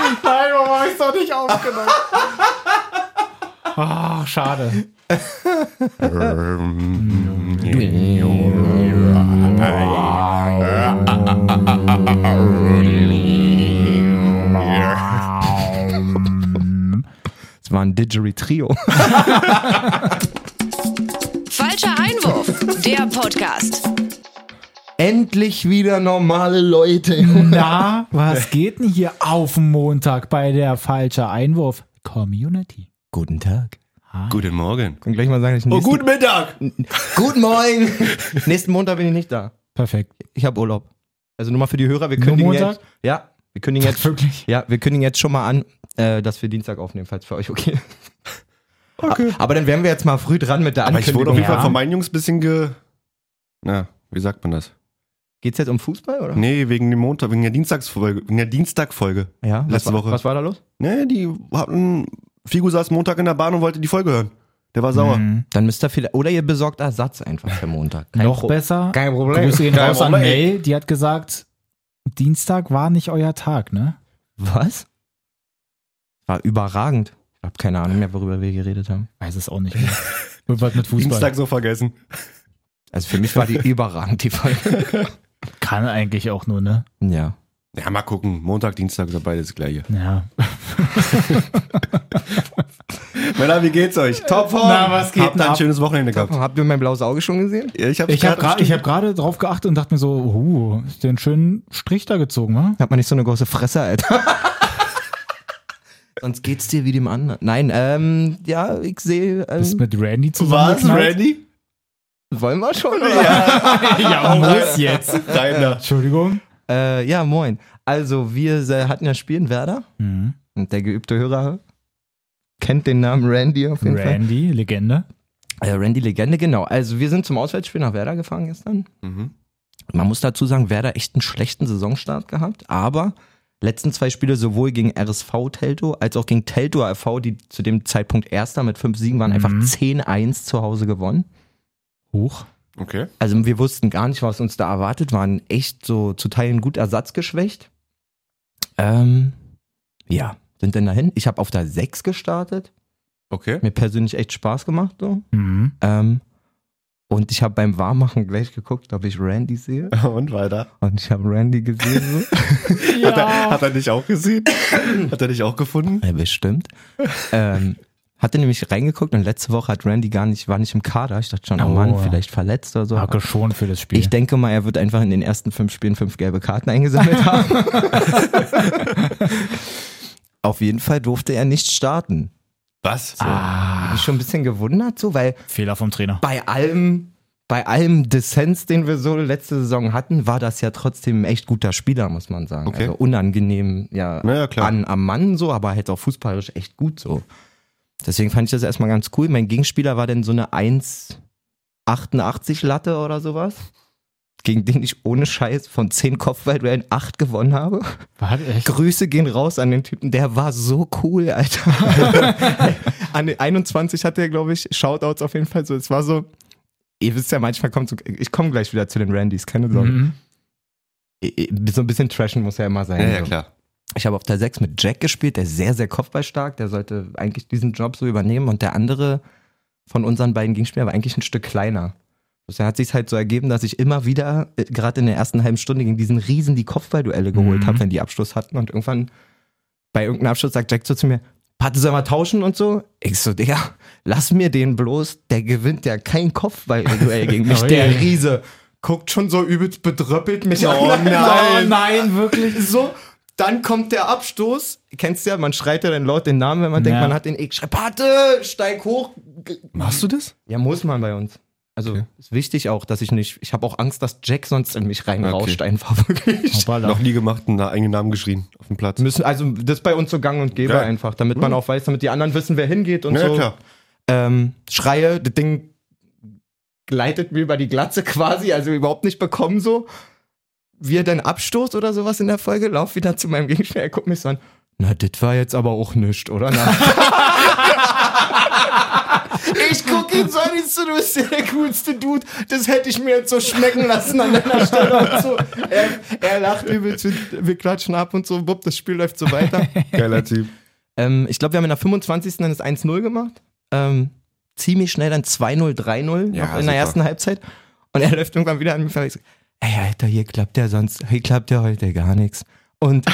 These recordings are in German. Nein, warum habe ich es doch nicht aufgenommen? Ah, schade. Es war ein Didgeridoo. Falscher Einwurf, der Podcast. Endlich wieder normale Leute. Na, was geht denn hier auf dem Montag bei der falscher Einwurf Community? Guten Tag. Guten Morgen. Können gleich mal sagen, dass ich nächsten, Oh, Mittag. Guten Morgen. nächsten Montag bin ich nicht da. Perfekt. Ich habe Urlaub. Also nur mal für die Hörer, wir Nur kündigen Montag? jetzt. Ja, wir kündigen jetzt. Wirklich? Ja, wir kündigen jetzt schon mal an, äh, dass wir Dienstag aufnehmen, falls für euch okay. Okay. Aber dann wären wir jetzt mal früh dran mit der Aber ich Ankündigung. wurde auf jeden Fall Ja. von meinen Jungs ein bisschen ge. Na, wie sagt man das? Geht's jetzt um Fußball oder? Nee, wegen dem Montag, wegen der Dienstagsfolge. Wegen der Dienstagfolge. Ja, was Letzte war, Woche. Was war da los? Nee, die hatten. Figu saß Montag in der Bahn und wollte die Folge hören. Der war sauer. Mhm. Dann müsst ihr vielleicht oder ihr besorgt Ersatz einfach für Montag. Noch besser. Kein Problem. Grüße gehen Kein raus an Problem. May. Die hat gesagt, Dienstag war nicht euer Tag, ne? Was? War überragend. Ich habe keine Ahnung mehr, worüber wir geredet haben. Weiß es auch nicht mehr. Irgendwas mit Fußball. Dienstag so vergessen. Also für mich war die überragend, die Folge. Kann eigentlich auch nur, ne? Ja. Ja, mal gucken. Montag, Dienstag ist ja beides das gleiche. Ja. Männer, wie geht's euch? Topform. Na, was geht Habt denn ein ab? schönes Wochenende gehabt. Habt ihr mein blaues Auge schon gesehen? Ja, Ich hab's Ich habe gerade bestimmt- hab grade drauf geachtet und dachte mir so, oh, ist der einen schönen Strich da gezogen, wa? Hat man nicht so eine große Fresse, Alter. Sonst geht's dir wie dem anderen. Nein, ähm, ja, ich sehe. Bist Ähm, mit Randy Was, zusammen. Randy? wollen wir schon? Ja, muss jetzt. Deiner. Entschuldigung. Äh, ja, moin. Also, wir äh, hatten ja Spielen Werder Mhm. und der geübte Hörer kennt den Namen Randy auf jeden Fall. Randy, Legende. Äh, Randy Legende, genau. Also wir sind zum Auswärtsspiel nach Werder gefahren gestern. Mhm. Man muss dazu sagen, Werder echt einen schlechten Saisonstart gehabt, aber letzten zwei Spiele sowohl gegen RSV Telto als auch gegen Telto RV, die zu dem Zeitpunkt Erster mit fünf Siegen waren, einfach Mhm. 10-1 zu Hause gewonnen. Hoch. Okay. Also wir wussten gar nicht, was uns da erwartet, waren echt so zu Teilen gut ersatzgeschwächt. Ähm, ja, sind denn dahin? Ich habe auf der 6 gestartet. Okay. Mir persönlich echt Spaß gemacht. So. Mhm. Ähm, und ich habe beim Warmmachen gleich geguckt, ob ich Randy sehe. Und weiter. Und ich habe Randy gesehen. So. Hat, er, hat er dich auch gesehen? Hat er dich auch gefunden? ja, bestimmt. Ähm, hatte nämlich reingeguckt und letzte Woche hat Randy gar nicht, war nicht im Kader. Ich dachte schon, oh, Oh. Mann, vielleicht verletzt oder so. Hacke schon für das Spiel. Ich denke mal, er wird einfach in den ersten fünf Spielen fünf gelbe Karten eingesammelt haben. Auf jeden Fall durfte er nicht starten. Was? Ah, Hab ich schon ein bisschen gewundert, so, weil Fehler vom Trainer. bei allem, bei allem Dissens, den wir so letzte Saison hatten, war das ja trotzdem ein echt guter Spieler, muss man sagen. Okay. Also unangenehm, ja, Na ja, klar. An, am Mann so, aber halt auch fußballerisch echt gut so. Deswegen fand ich das erstmal ganz cool. Mein Gegenspieler war dann so eine 1,88 Latte oder sowas. Gegen den ich ohne Scheiß von 10 Kopfballduellen 8 gewonnen habe. War echt. Grüße gehen raus an den Typen, der war so cool, Alter. an den 21 hatte er, glaube ich, Shoutouts auf jeden Fall so. Es war so, ihr wisst ja, manchmal kommt so, ich komme gleich wieder zu den Randys, keine Sorge. Mhm. I- i- So ein bisschen trashen muss ja immer sein. Ja, ja, so. klar. Ich habe auf der 6 mit Jack gespielt, der ist sehr, sehr kopfballstark, der sollte eigentlich diesen Job so übernehmen und der andere von unseren beiden Gegenspielern war eigentlich ein Stück kleiner. Deswegen hat sich halt so ergeben, dass ich immer wieder, äh, gerade in der ersten halben Stunde, gegen diesen Riesen die Kopfballduelle geholt Mhm. habe, wenn die Abschluss hatten und irgendwann bei irgendeinem Abschluss sagt Jack so zu mir, Patte, soll mal tauschen und so? Ich so, Digga, lass mir den bloß, der gewinnt ja kein Kopfballduell gegen mich, Oh der je. Riese. Guckt schon so übelst bedröppelt mich an. Oh nein, wirklich. So, dann kommt der Abstoß. Kennst ja, man schreit ja dann laut den Namen, wenn man denkt, Ja. man hat den Eck. Schreit, Pate, steig hoch. Machst du das? Ja, muss man bei uns. Also ist wichtig auch, dass ich nicht, ich habe auch Angst, dass Jack sonst in mich reinrauscht, einfach wirklich. Hoppala. Noch nie gemacht und da eigenen Namen geschrien auf dem Platz. Müssen, also das ist bei uns so gang und gäbe Geil. einfach, damit man auch weiß, damit die anderen wissen, wer hingeht und Na Mhm. ja, so. klar. Ähm, schreie, das Ding gleitet mir über die Glatze quasi, also überhaupt nicht bekommen so. Wir dann Abstoß oder sowas in der Folge, lauf wieder zu meinem Gegenspieler, er guckt mich so an. Na, das war jetzt aber auch nichts, oder? Na. Ich guck ihn so an, ich so, du bist ja der coolste Dude. Das hätte ich mir jetzt so schmecken lassen an deiner Stelle. Und so. er, er lacht übelst, wir, wir klatschen ab und so, bupp, das Spiel läuft so weiter. Geiler Typ. Ähm, ich glaube, wir haben in der 25. dann das 1-0 gemacht. Ähm, ziemlich schnell dann 2-0, 3-0 Ja, noch in super. der ersten Halbzeit. Und er läuft irgendwann wieder an mich vorbei. Ich so, ey, Alter, hier klappt ja sonst, hier klappt ja heute gar nichts. Und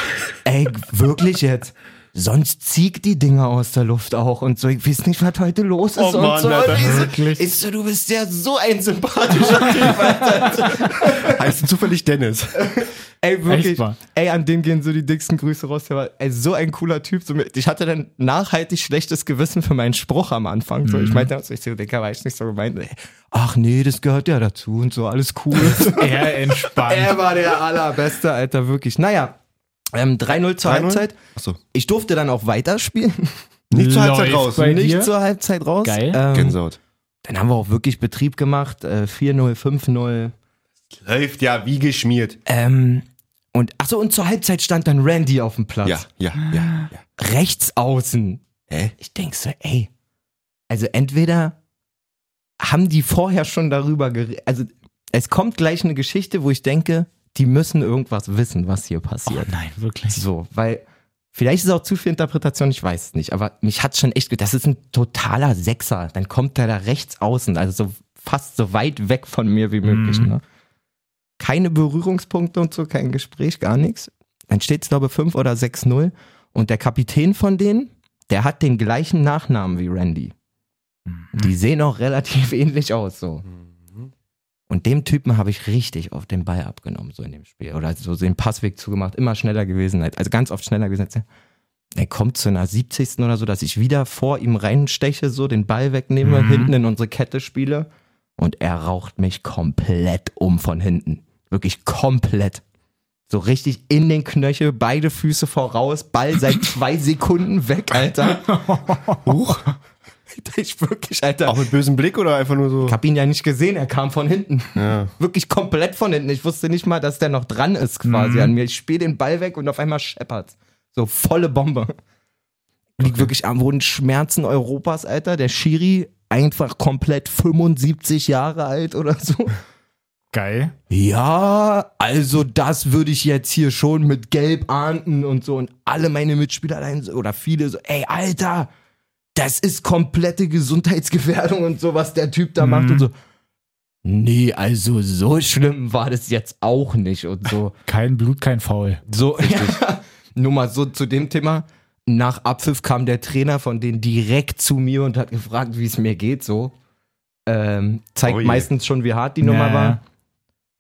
ey, wirklich jetzt. Sonst zieht die Dinger aus der Luft auch und so. Ich weiß nicht, was heute los ist Oh und Mann, so. Alter, und ich so, wirklich. Ich so, du bist ja so ein sympathischer Typ. Heißt du zufällig Dennis. Ey, wirklich. Echt wahr. Ey, an den gehen so die dicksten Grüße raus. Der war ey, so ein cooler Typ. So, mit- ich hatte dann nachhaltig schlechtes Gewissen für meinen Spruch am Anfang. Mhm. So, ich meinte, also, ich so, Digga, war ich nicht so gemeint. Ey, Ach nee, das gehört ja dazu und so, alles cool. Er entspannt. er war der allerbeste, Alter, wirklich. Naja, ähm, 3-0 zur 3-0? Halbzeit. Achso. Ich durfte dann auch weiterspielen. Nicht zur Halbzeit Läuft raus. bei nicht dir? zur Halbzeit raus. Geil. Ähm, Gänsehaut. dann haben wir auch wirklich Betrieb gemacht. Äh, 4-0, 5-0. Läuft ja wie geschmiert. Ähm, und, ach so, und zur Halbzeit stand dann Randy auf dem Platz. Ja, ja, ja, ja. rechts außen. Hä? Ich denk so, ey, also entweder haben die vorher schon darüber geredet, also es kommt gleich eine Geschichte, wo ich denke, die müssen irgendwas wissen, was hier Oh passiert. nein, wirklich. So, weil vielleicht ist auch zu viel Interpretation, ich weiß es nicht, aber mich hat schon echt, ge- das ist ein totaler Sechser, dann kommt der da rechts außen, also so fast so weit weg von mir wie möglich. Mhm. Ne? Keine Berührungspunkte und so, kein Gespräch, gar nichts. Dann steht es, glaube ich, 5 oder 6-0 und der Kapitän von denen, der hat den gleichen Nachnamen wie Randy. Die sehen auch relativ ähnlich aus, so. Und dem Typen habe ich richtig auf den Ball abgenommen, so in dem Spiel. Oder so den Passweg zugemacht, immer schneller gewesen, als- also ganz oft schneller gewesen. als er. Er kommt zu einer 70. oder so, dass ich wieder vor ihm reinsteche, so den Ball wegnehme, Mhm. hinten in unsere Kette spiele. Und er raucht mich komplett um von hinten. Wirklich komplett. So richtig in den Knöchel, beide Füße voraus, Ball seit zwei Sekunden weg, Alter. Huch. Ich wirklich, Alter. Auch mit bösem Blick oder einfach nur so? Ich habe ihn ja nicht gesehen, er kam von hinten. Ja. Wirklich komplett von hinten. Ich wusste nicht mal, dass der noch dran ist quasi Mhm. an mir. Ich spiele den Ball weg und auf einmal scheppert's. So volle Bombe. Liegt wirklich am Boden. Schmerzen Europas, Alter. Der Schiri, einfach komplett 75 Jahre alt oder so. Geil. Ja, also das würde ich jetzt hier schon mit Gelb ahnden und so. Und alle meine Mitspieler allein so, oder viele so, ey, Alter, das ist komplette Gesundheitsgefährdung und so, was der Typ da macht Mhm. und so. Nee, also so schlimm war das jetzt auch nicht und so. Kein Blut, kein Foul. So, ja, nur mal so zu dem Thema. Nach Abpfiff kam der Trainer von denen direkt zu mir und hat gefragt, wie es mir geht, so. Ähm, zeigt Oh je. meistens schon, wie hart die Ja, Nummer ja. war.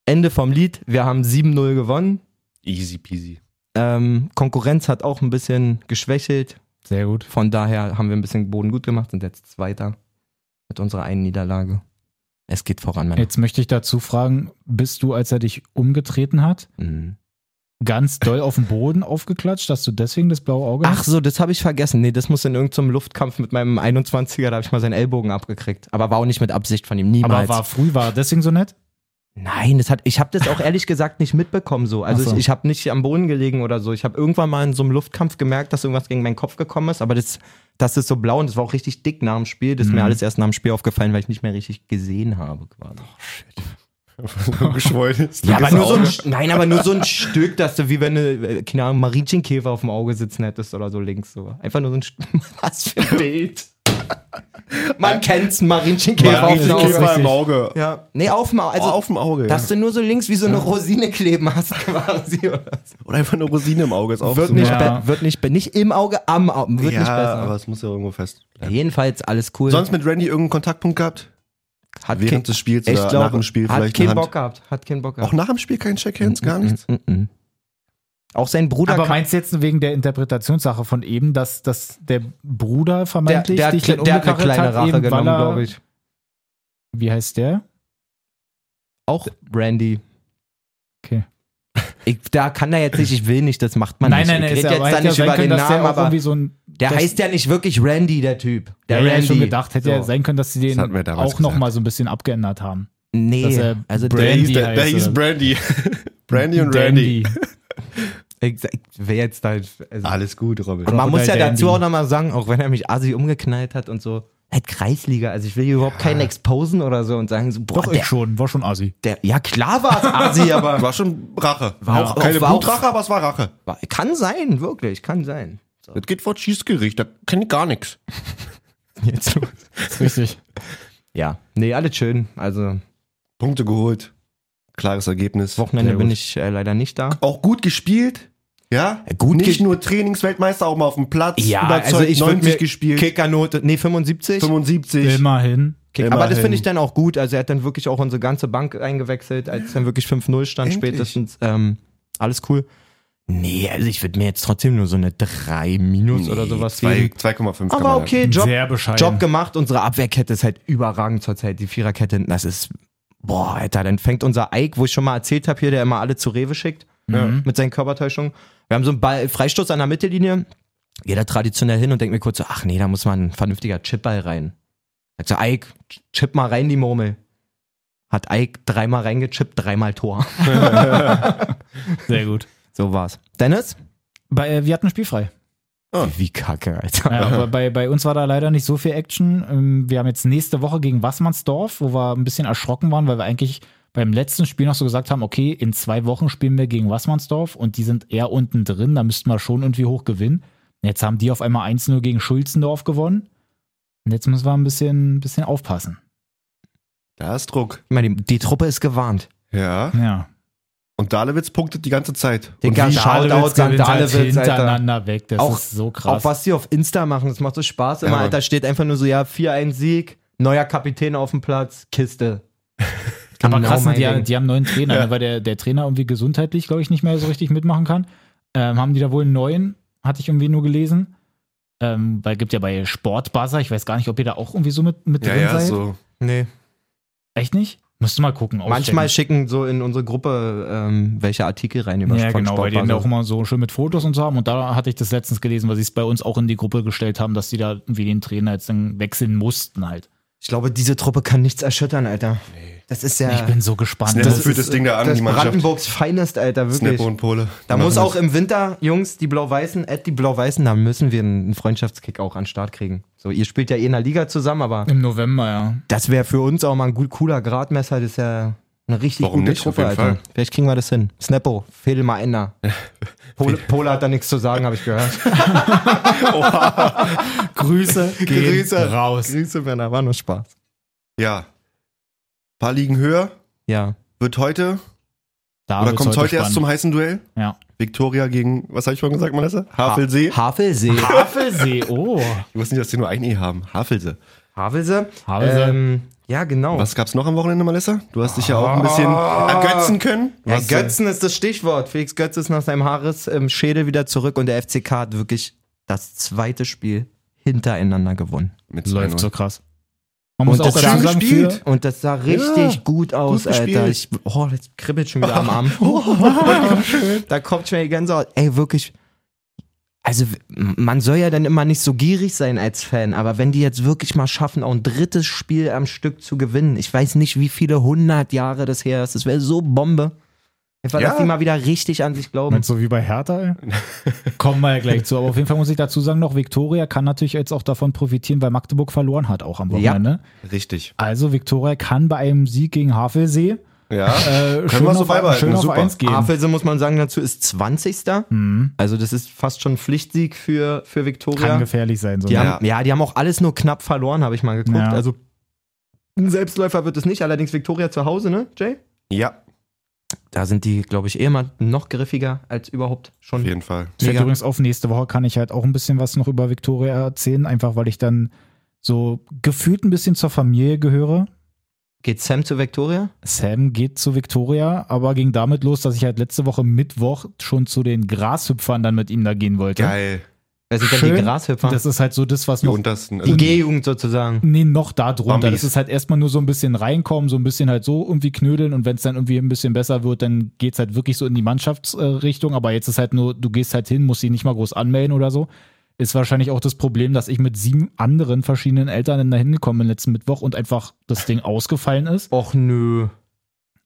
Ende vom Lied, wir haben 7-0 gewonnen. Easy peasy. Ähm, Konkurrenz hat auch ein bisschen geschwächelt. Sehr gut. Von daher haben wir ein bisschen Boden gut gemacht und jetzt Zweiter mit unserer einen Niederlage. Es geht voran, Mann. Jetzt möchte ich dazu fragen, bist du, als er dich umgetreten hat, Mhm. ganz doll auf den Boden aufgeklatscht, dass du deswegen das blaue Auge Ach so, das habe ich vergessen. Nee, das muss in irgendeinem Luftkampf mit meinem 21er, da habe ich mal seinen Ellbogen abgekriegt. Aber war auch nicht mit Absicht von ihm, Aber niemals. war früh, war er deswegen so nett? Nein, das hat, ich habe das auch ehrlich gesagt nicht mitbekommen so. Also Ach so. ich, ich habe nicht am Boden gelegen oder so. Ich habe irgendwann mal in so einem Luftkampf gemerkt, dass irgendwas gegen meinen Kopf gekommen ist. Aber das, das ist so blau und das war auch richtig dick nach dem Spiel. Das ist mir alles erst nach dem Spiel aufgefallen, weil ich nicht mehr richtig gesehen habe quasi. Geschwollen ist. Ja, aber nur so ein, Auge. Sch- nein, aber nur so ein Stück, dass du wie wenn du, äh, keine Ahnung, Marienkäfer auf dem Auge sitzen hättest oder so links. So. Einfach nur so ein Stück. Was für ein Bild. Man kennt's, Marienkäfer auf dem Marienkäfer. Auge. Käfer im Auge. Ja. Nee, auf dem Auge. Also, Also, auf dem Auge. dass du nur so links wie so eine Rosine kleben hast quasi. Oder so. Oder einfach eine Rosine im Auge ist auch Wird so. nicht, ja, Ja. be- wird nicht, be- nicht im Auge, am Auge. Wird nicht aber besser. es muss ja irgendwo fest. bleiben. Jedenfalls alles cool. Sonst mit Randy irgendeinen Kontaktpunkt gehabt? hat während des Spiels oder nach dem Spiel hat vielleicht keinen eine Hand. Bock gehabt. Hat keinen Bock Auch gehabt. nach dem Spiel kein Check-Hands, gar nichts? Mhm. Auch sein Bruder Aber kam- meinst du jetzt wegen der Interpretationssache von eben, dass, dass der Bruder der, vermeintlich der, dich der, dann der hat eine umgekarrt kleine hat, Rache eben, genommen, weil er- glaube ich. Wie heißt der? Auch Randy. Okay. Ich, da kann er jetzt nicht, ich will nicht, das macht man nein, nicht. nein, nein, ich ist rede ja, jetzt hätte da ja nicht sein über können, den dass Namen, der auch aber irgendwie so ein. der das- heißt ja nicht wirklich Randy, der Typ. Der ja, ja, Randy. schon gedacht, hätte So. ja sein können, dass sie den hatten wir damals auch noch gesagt. mal so ein bisschen abgeändert haben. dass Nee, er also Der Brandy hieß, der, der heißt hieß er. Brandy. Brandy und Randy. ich, ich will jetzt halt. Also, Alles gut, Robin. man muss ja Oder dazu Randy. auch nochmal sagen, auch wenn er mich assi umgeknallt hat und so, halt Kreisliga. Also ich will hier überhaupt keinen exposen oder so und sagen so, boah, Doch, der, ich schon, war schon assi. der, ja klar war's Asi, aber War schon Rache. War auch, auch- keine war auch- Blutrache, aber es war Rache. war- kann sein, wirklich, kann sein. So. Das geht vor das Schießgericht, da kenne ich gar nichts. Jetzt los. Ist richtig. Ja, nee, alles schön. Also Punkte geholt. Klares Ergebnis. Wochenende Sehr bin gut. ich äh, leider nicht da. Auch gut gespielt. Ja? Ja, gut Nicht ge- nur Trainingsweltmeister, auch mal auf dem Platz. überzeugt, also 90 gespielt. Kickernote, nee, 75. 75. Immerhin. Kick, aber das Immerhin. finde ich dann auch gut. Also er hat dann wirklich auch unsere ganze Bank eingewechselt, als dann wirklich 5-0 stand Endlich. spätestens. Ähm, alles cool. Nee, also ich würde mir jetzt trotzdem nur so eine 3 minus oder Nee, sowas zwei- geben. 2,5 kann man Aber okay, sagen. Job, Sehr bescheiden. Job gemacht. Unsere Abwehrkette ist halt überragend zurzeit. Die Viererkette hinten, das ist, boah, Alter, dann fängt unser Ike, wo ich schon mal erzählt habe hier, der immer alle zu Rewe schickt Mhm. mit seinen Körpertäuschungen. Wir haben so einen Ball, Freistoß an der Mittellinie. Geht da traditionell hin und denkt mir kurz so, ach nee, da muss mal ein vernünftiger Chipball rein. Sagt so, Ike, chip mal rein die Murmel. Hat Ike dreimal reingechippt, dreimal Tor. Sehr gut. So war's. Dennis? Bei, äh, wir hatten spielfrei. Wie, wie kacke, Alter. Ja, aber bei, bei uns war da leider nicht so viel Action. Ähm, Wir haben jetzt nächste Woche gegen Wassmannsdorf, wo wir ein bisschen erschrocken waren, weil wir eigentlich beim letzten Spiel noch so gesagt haben, okay, in zwei Wochen spielen wir gegen Wassmannsdorf und die sind eher unten drin, da müssten wir schon irgendwie hoch gewinnen. Und Jetzt haben die auf einmal 1-0 gegen Schulzendorf gewonnen. Und jetzt müssen wir ein bisschen, bisschen aufpassen. Da ist Druck. Ich meine, die, die Truppe ist gewarnt. Ja. Ja. Und Dalewitz punktet die ganze Zeit. Den Und wie ganzen Shoutout Dahlewitz an gewinnt halt Dahlewitz, Alter. hintereinander weg, das Auch- ist so krass. Auch was die auf Insta machen, das macht so Spaß. Immer, Ja, Mann. Alter, steht einfach nur so, ja, 4-1 Sieg, neuer Kapitän auf dem Platz, Kiste. Aber Genau krass, ne, mein die, Ding. die haben einen neuen Trainer, ne, weil der, der Trainer irgendwie gesundheitlich, glaube ich, nicht mehr so richtig mitmachen kann. Ähm, haben die da wohl einen neuen, hatte ich irgendwie nur gelesen. Ähm, weil gibt ja bei Sportbuzzer, ich weiß gar nicht, ob ihr da auch irgendwie so mit, mit Ja, drin ja, seid. so. Nee. Echt nicht? Musst du mal gucken. Manchmal aufstellen. schicken so in unsere Gruppe ähm, welche Artikel rein über Ja, von genau, weil die Sportbasis. da auch immer so schön mit Fotos und so haben. Und da hatte ich das letztens gelesen, weil sie es bei uns auch in die Gruppe gestellt haben, dass die da irgendwie den Trainer jetzt dann wechseln mussten halt. Ich glaube, diese Truppe kann nichts erschüttern, Alter. Das ist ja. Ich bin so gespannt. Snap Das und führt das Ding da an, das die ist Mannschaft. Brandenburgs Finest, Alter, wirklich. Snap und Pole. Da Die muss machen auch im Winter, Jungs, die Blau-Weißen, at die Blau-Weißen, da müssen wir einen Freundschaftskick auch an den Start kriegen. So, ihr spielt ja eh in der Liga zusammen, aber Im November, ja. das wäre für uns auch mal ein gut cooler Gradmesser. Das ist ja eine richtig Warum gute nicht? Auf Truppe, jeden Alter. Fall. Vielleicht kriegen wir das hin. Snappo, fehl mal einer. Pole, Pole hat da nichts zu sagen, habe ich gehört. Grüße gehen Grüße. raus. Grüße, Männer, war nur Spaß. Ja. paar Ligen höher. Ja. Wird heute, Da oder wird's kommt heute, erst zum spannend. heißen Duell? Ja. Victoria gegen, was habe ich vorhin gesagt, Melissa? Havelsee. Havelsee. Havelsee, oh. ich wusste nicht, dass die nur ein E haben. Havelsee. Havelse. Havelse. Ähm, ja, genau. Was gab's noch am Wochenende, Melissa? Du hast dich ja auch ein bisschen ergötzen können. äh, Du Ja, hast, Götzen ist das Stichwort. Felix Götz ist nach seinem Haares im Schädel wieder zurück und der FCK hat wirklich das zweite Spiel hintereinander gewonnen. äh, Mit Läuft so 2-0. krass. Man muss Und auch das dazu schön sagen, gespielt. für, Und das sah richtig gut aus, gut gespielt. Alter. Ich, oh, jetzt kribbelt schon wieder am Arm. da kommt schon die ganze Haut. Ey, wirklich. Also, man soll ja dann immer nicht so gierig sein als Fan, aber wenn die jetzt wirklich mal schaffen, auch ein drittes Spiel am Stück zu gewinnen, ich weiß nicht, wie viele hundert Jahre das her ist, das wäre so Bombe. Einfach, Ja. dass die mal wieder richtig an sich glauben. Moment, so wie bei Hertha, ey. Kommen wir ja gleich zu. Aber auf jeden Fall muss ich dazu sagen noch, Viktoria kann natürlich jetzt auch davon profitieren, weil Magdeburg verloren hat auch am Wochenende. Richtig. Also Viktoria kann bei einem Sieg gegen Havelsee Ja. äh, Können schön wir so auf, beibehalten, schön auf super. eins gehen. Havelse, muss man sagen, dazu ist 20. Mhm. Also, das ist fast schon ein Pflichtsieg für, für Viktoria. Kann gefährlich sein. So ne? Die ja. Ja. haben, ja, die haben auch alles nur knapp verloren, habe ich mal geguckt. Ja. Also ein Selbstläufer wird es nicht, allerdings Viktoria zu Hause, ne, Jay? Ja, Da sind die, glaube ich, eh immer noch griffiger als überhaupt auf schon. jeden Fall. Fällt Mega. übrigens auf, nächste Woche kann ich halt auch ein bisschen was noch über Viktoria erzählen, einfach weil ich dann so gefühlt ein bisschen zur Familie gehöre. Geht Sam zu Viktoria? Sam geht zu Victoria, aber ging damit los, dass ich halt letzte Woche Mittwoch schon zu den Grashüpfern dann mit ihm da gehen wollte. Geil. Wer sind denn die Schön. Grashüpfer? Das ist halt so das, was Die noch, untersten. die Also, G-Jugend sozusagen. nee, noch da drunter. Bambis. Das ist halt erstmal nur so ein bisschen reinkommen, so ein bisschen halt so irgendwie knödeln und wenn es dann irgendwie ein bisschen besser wird, dann geht's halt wirklich so in die Mannschaftsrichtung. Aber jetzt ist halt nur, du gehst halt hin, musst sie nicht mal groß anmelden oder so. Ist wahrscheinlich auch das Problem, dass ich mit sieben anderen verschiedenen Eltern da hingekommen bin letzten Mittwoch und einfach das Ding ausgefallen ist. Och nö.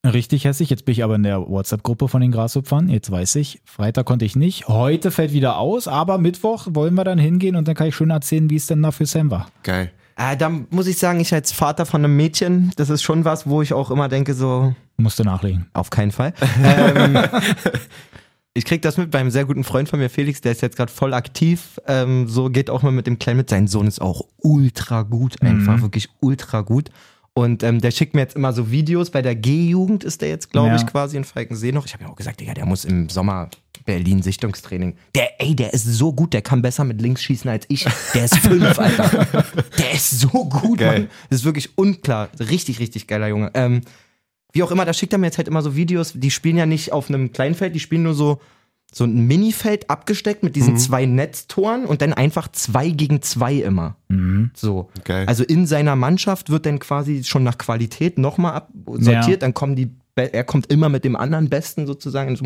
Richtig hässlich. Jetzt bin ich aber in der WhatsApp-Gruppe von den Grashüpfern. Jetzt weiß ich. Freitag konnte ich nicht. Heute fällt wieder aus, aber Mittwoch wollen wir dann hingehen und dann kann ich schön erzählen, wie es denn da für Sam war. geil. Äh, da muss ich sagen, ich als Vater von einem Mädchen, das ist schon was, wo ich auch immer denke, so, Musst du nachlegen. auf keinen Fall. ähm, ich krieg das mit bei einem sehr guten Freund von mir, Felix, der ist jetzt gerade voll aktiv. Ähm, so geht auch mal mit dem Kleinen mit. Sein Sohn ist auch ultra gut, einfach wirklich ultra gut. Und ähm, der schickt mir jetzt immer so Videos. Bei der G-Jugend ist der jetzt, glaube Ja. ich, quasi in Falkensee noch. Ich habe ja auch gesagt, Digga, der muss im Sommer Berlin Sichtungstraining. Der, ey, der ist so gut, der kann besser mit links schießen als ich. Der ist fünf, Alter. Der ist so gut, Mann. Das ist wirklich unklar. Richtig, richtig geiler Junge. Ähm, wie auch immer, da schickt er mir jetzt halt immer so Videos, die spielen ja nicht auf einem kleinen Feld, die spielen nur so so ein Minifeld abgesteckt mit diesen zwei Netztoren und dann einfach zwei gegen zwei immer. So. Geil. Also in seiner Mannschaft wird dann quasi schon nach Qualität nochmal sortiert, Ja. dann kommen die, Be- er kommt immer mit dem anderen Besten sozusagen.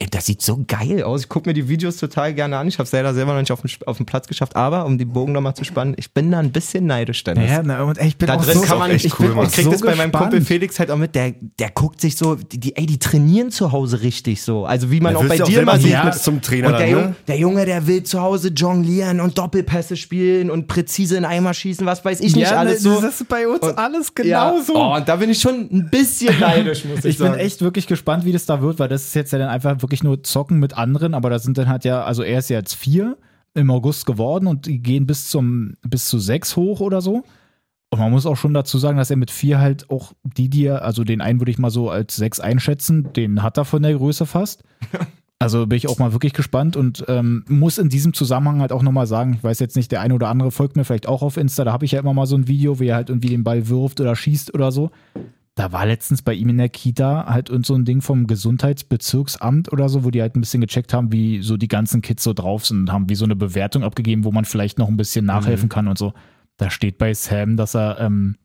Ey, das sieht so geil aus. Ich gucke mir die Videos total gerne an. Ich habe leider selber noch nicht auf den, Sp- auf den Platz geschafft, aber um die Bogen nochmal zu spannen, ich bin da ein bisschen neidisch, Dennis. na, und ey, ich bin Da drin so- kann man, echt ich, cool, bin, Mann. ich krieg So das bei meinem gespannt. Kumpel Felix halt auch mit, der, der guckt sich so, die, die, ey, die trainieren zu Hause richtig so. Also wie man Da auch bei wirst du dir selber mal nicht sieht. mit zum Trainer und der, dann, Junge, ne? der Junge, der will zu Hause jonglieren und Doppelpässe spielen und präzise in Eimer schießen, was weiß ich nicht alles so. das ist bei uns alles ja. Oh, und da bin ich schon ein bisschen neidisch, muss ich, Ich bin sagen. echt wirklich gespannt, wie das da wird, weil das ist jetzt ja dann einfach wirklich nur Zocken mit anderen, aber da sind dann halt ja, also er ist ja jetzt vier im August geworden und die gehen bis zum, bis zu sechs hoch oder so. Und man muss auch schon dazu sagen, dass er mit vier halt auch die, die er, also den einen würde ich mal so als sechs einschätzen, den hat er von der Größe fast. Also bin ich auch mal wirklich gespannt und ähm, muss in diesem Zusammenhang halt auch nochmal sagen, ich weiß jetzt nicht, der eine oder andere folgt mir vielleicht auch auf Insta, da habe ich ja immer mal so ein Video, wie er halt irgendwie den Ball wirft oder schießt oder so. Da war letztens bei ihm in der Kita halt irgend so ein Ding vom Gesundheitsbezirksamt oder so, wo die halt ein bisschen gecheckt haben, wie so die ganzen Kids so drauf sind und haben wie so eine Bewertung abgegeben, wo man vielleicht noch ein bisschen nachhelfen Mhm. kann und so. Da steht bei Sam, dass er ähm,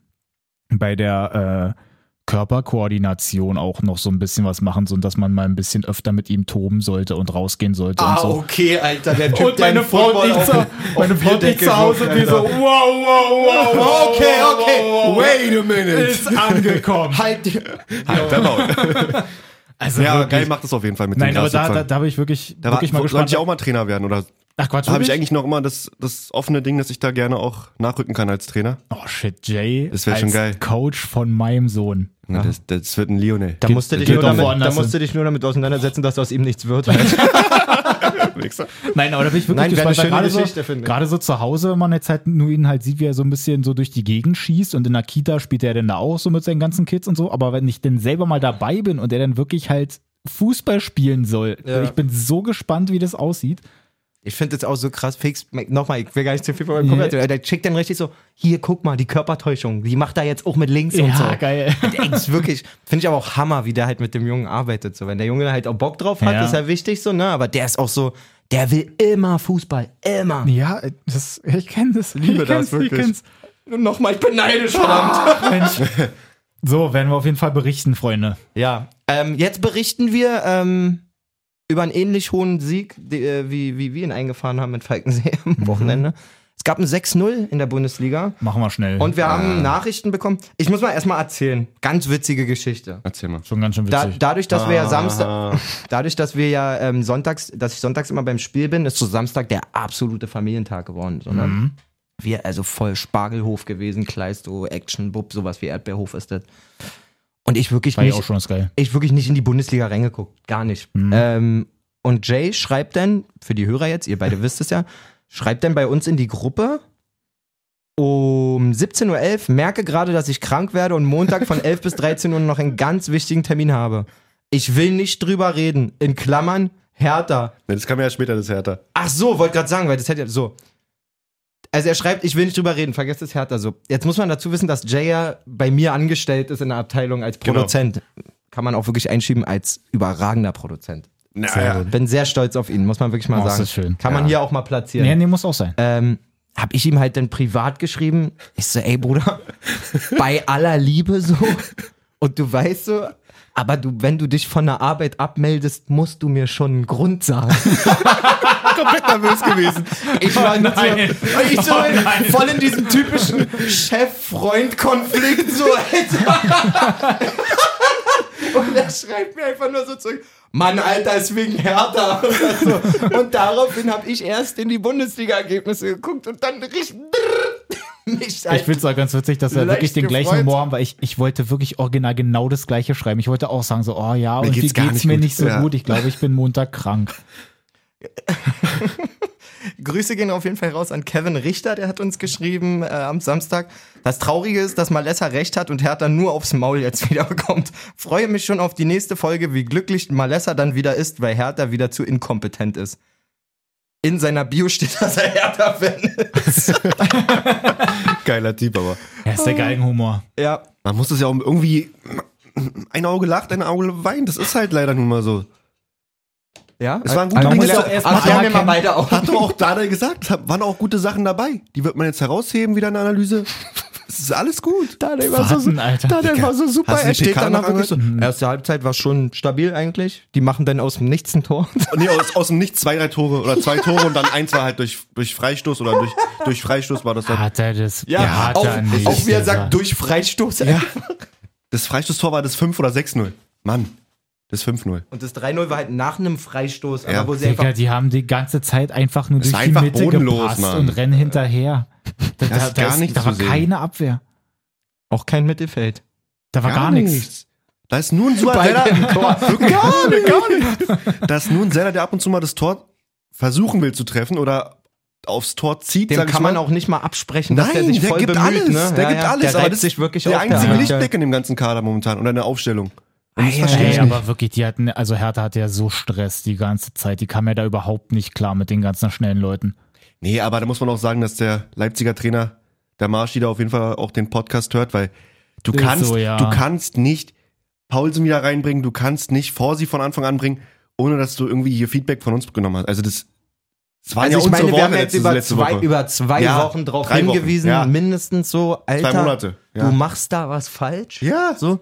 bei der äh, Körperkoordination auch noch so ein bisschen was machen soll und dass man mal ein bisschen öfter mit ihm toben sollte und rausgehen sollte Ah, und so. Ah, oh, okay, Alter, der Und meine Frau und ich zu, meine Frau und ich zu Hause und wir so, wow, wow, wow, wow, Okay, okay. Wait a minute! ist angekommen. halt die, Halt dein Maul. Also Ja, wirklich- geil macht das auf jeden Fall mit Nein, dem aber da, da, Grasüpfern. da habe ich wirklich, Da war, wirklich mal sollte gespannt. ich auch mal Trainer werden oder Ach Quatsch, habe ich wirklich? eigentlich noch immer das, das offene Ding, dass ich da gerne auch nachrücken kann als Trainer? Oh shit, Jay Das wär schon als geil. Coach von meinem Sohn. Na, Das, das wird ein Lionel. Da musst, du dich geht nur doch damit, woanders da musst hin. du dich nur damit auseinandersetzen, dass aus ihm nichts wird. Nein, aber da bin ich wirklich Nein, wäre eine gespannt. weil schöne gerade Geschichte, so, finde ich. gerade so zu Hause, wenn man jetzt halt nur ihn halt sieht, wie er so ein bisschen so durch die Gegend schießt und in der Kita spielt er denn da auch so mit seinen ganzen Kids und so. Aber wenn ich denn selber mal dabei bin und er dann wirklich halt Fußball spielen soll, Ja. ich bin so gespannt, wie das aussieht. Ich finde das auch so krass. Felix, nochmal, ich will gar nicht zu viel von meinem Kumpel Nee. erzählen. Der checkt dann richtig so, hier, guck mal, die Körpertäuschung, die macht er jetzt auch mit links und so. geil. Ey, das ist wirklich, finde ich aber auch Hammer, wie der halt mit dem Jungen arbeitet. So, wenn der Junge halt auch Bock drauf hat, Ja. ist ja wichtig so, ne? Aber der ist auch so, der will immer Fußball, immer. Ja, das, ich kenne das. liebe ich das kenn's, wirklich. Ich kenn's. nochmal, ich bin neidisch, verdammt. Mensch. So, werden wir auf jeden Fall berichten, Freunde. Ja. Ähm, jetzt berichten wir ähm, über einen ähnlich hohen Sieg, die, äh, wie, wie wir ihn eingefahren haben mit Falkensee Mhm. am Wochenende. Es gab ein 6-0 in der Bundesliga. Machen wir schnell. Und wir haben Nachrichten bekommen. Ich muss mal erstmal erzählen. Ganz witzige Geschichte. Erzähl mal. schon ganz schön Da, witzig. Ah. dadurch, dass wir ja Samstag, dadurch, dass wir ja ähm, sonntags, dass ich sonntags immer beim Spiel bin, ist so Samstag der absolute Familientag geworden. So, Mhm. ne? Wir also voll Spargelhof gewesen, Kleisto, Action, Bub, sowas wie Erdbeerhof ist das. Und ich wirklich War ja nicht, auch schon ganz geil. ich wirklich nicht in die Bundesliga reingeguckt, gar nicht. Ähm, und Jay schreibt dann, für die Hörer jetzt, ihr beide wisst es ja, schreibt dann bei uns in die Gruppe um 17.11 Uhr, merke gerade, dass ich krank werde und Montag von 11 bis 13 Uhr noch einen ganz wichtigen Termin habe. Ich will nicht drüber reden. In Klammern, Hertha. Ne, Das kam ja später, das Hertha. Ach so, wollte gerade sagen, weil das hätte so. Also er schreibt, ich will nicht drüber reden, vergesst es härter so. Jetzt muss man dazu wissen, dass Jay ja bei mir angestellt ist in der Abteilung als Genau. Produzent. Kann man auch wirklich einschieben als überragender Produzent. Naja. Bin sehr stolz auf ihn, muss man wirklich mal Oh, ist sagen. das schön. Kann man hier auch mal platzieren. Nee, nee, muss auch Äh, sein. Ähm, hab ich ihm halt dann privat geschrieben. Ich so, ey Bruder, bei aller Liebe so. Und du weißt so, aber du, wenn du dich von der Arbeit abmeldest, musst du mir schon einen Grund sagen. Komplett nervös gewesen. Ich war mit so, Und Oh ich so voll in diesem typischen Chef-Freund-Konflikt so, Alter. Und er schreibt mir einfach nur so zurück, Mann, Alter, ist wegen Hertha. Oder so. Und daraufhin habe ich erst in die Bundesliga-Ergebnisse geguckt und dann richtig nicht halt. Ich finde es auch ganz witzig, dass wir Leicht wirklich den gleichen gefreut. Humor haben, weil ich, ich wollte wirklich original genau das gleiche schreiben. Ich wollte auch sagen, so, oh ja, und geht's wie gar geht's nicht mir gut. nicht so Ja. gut? Ich glaube, ich bin Montag krank. Grüße gehen auf jeden Fall raus an Kevin Richter, der hat uns geschrieben äh, am Samstag. Das Traurige ist, dass Malessa recht hat und Hertha nur aufs Maul jetzt wiederkommt. Freue mich schon auf die nächste Folge, wie glücklich Malessa dann wieder ist, weil Hertha wieder zu inkompetent ist. In seiner Bio steht, dass er Hertha-Fan ist. Geiler Typ, aber. Ja, ist der Geigenhumor. ja, Man muss das ja auch irgendwie. Ein Auge lacht, ein Auge weint. Das ist halt leider nun mal so. ja. Es waren Man gute muss Dinge. doch erst mal Ach, die haben anerkennen. wir Ah, mal beide auf. Hat doch auch Dada gesagt, hab- waren auch gute Sachen dabei. Die wird man jetzt herausheben, wieder eine Analyse. Es ist alles gut. Daniel Warten, Alter. Daniel war so super. Hast du die Er steht PK dann noch da wirklich so. angehört? Erste Halbzeit war schon stabil eigentlich. Die machen dann aus dem Nichts ein Tor. Nee, aus, aus dem Nichts zwei, drei Tore oder zwei Tore und dann eins war halt durch, durch Freistoß oder durch, durch Freistoß war das dann. Hat er das? Ja, hat auch, er nicht, auch wie er Alter. sagt, durch Freistoß. Ja. Das Freistoßtor war das 5 oder 6-0. Mann, das 5-0. Und das 3-0 war halt nach einem Freistoß, Ja. aber wo sie Digga, einfach. die haben die ganze Zeit einfach nur Es durch war die einfach Mitte bodenlos, gepasst Mann. und rennen hinterher. Da, Das ist gar ist- nicht da zu war sehen. keine Abwehr. Auch kein Mittelfeld. Da war gar, nichts. Da ist nur ein Suat Beide im Serdar. Tor. Wirklich, gar nicht, gar nicht. Da ist nur ein Serdar, der ab und zu mal das Tor versuchen will zu treffen oder aufs Tor zieht. Dem sag ich kann mal. man auch nicht mal absprechen, dass Nein, der sich der voll gibt bemüht. alles, ne? der gibt alles, Der aber reibt das- sich wirklich Der auf. einzige ja. Ah, Lichtblick in dem ganzen Kader momentan oder in der Aufstellung. Und das Ei, verstehe ei, ich Ey, nicht. aber wirklich, die hatten, also Hertha hatte ja so Stress die ganze Zeit. Die kam ja da überhaupt nicht klar mit den ganzen schnellen Leuten. Nee, aber da muss man auch sagen, dass der Leipziger Trainer, der Marschi, da auf jeden Fall auch den Podcast hört, weil du Ist kannst, so, ja. du kannst nicht Paulsen wieder reinbringen, du kannst nicht Forsi von Anfang an bringen, ohne dass du irgendwie hier Feedback von uns bekommen hast. Also das, das waren Also ja ich meine, unsere wir haben Worte jetzt letzte, über letzte zwei, Woche. über zwei Ja, Wochen drauf drei Wochen, hingewiesen, ja. mindestens so, Alter, Zwei Monate. du Ja. machst da was falsch. ja. So.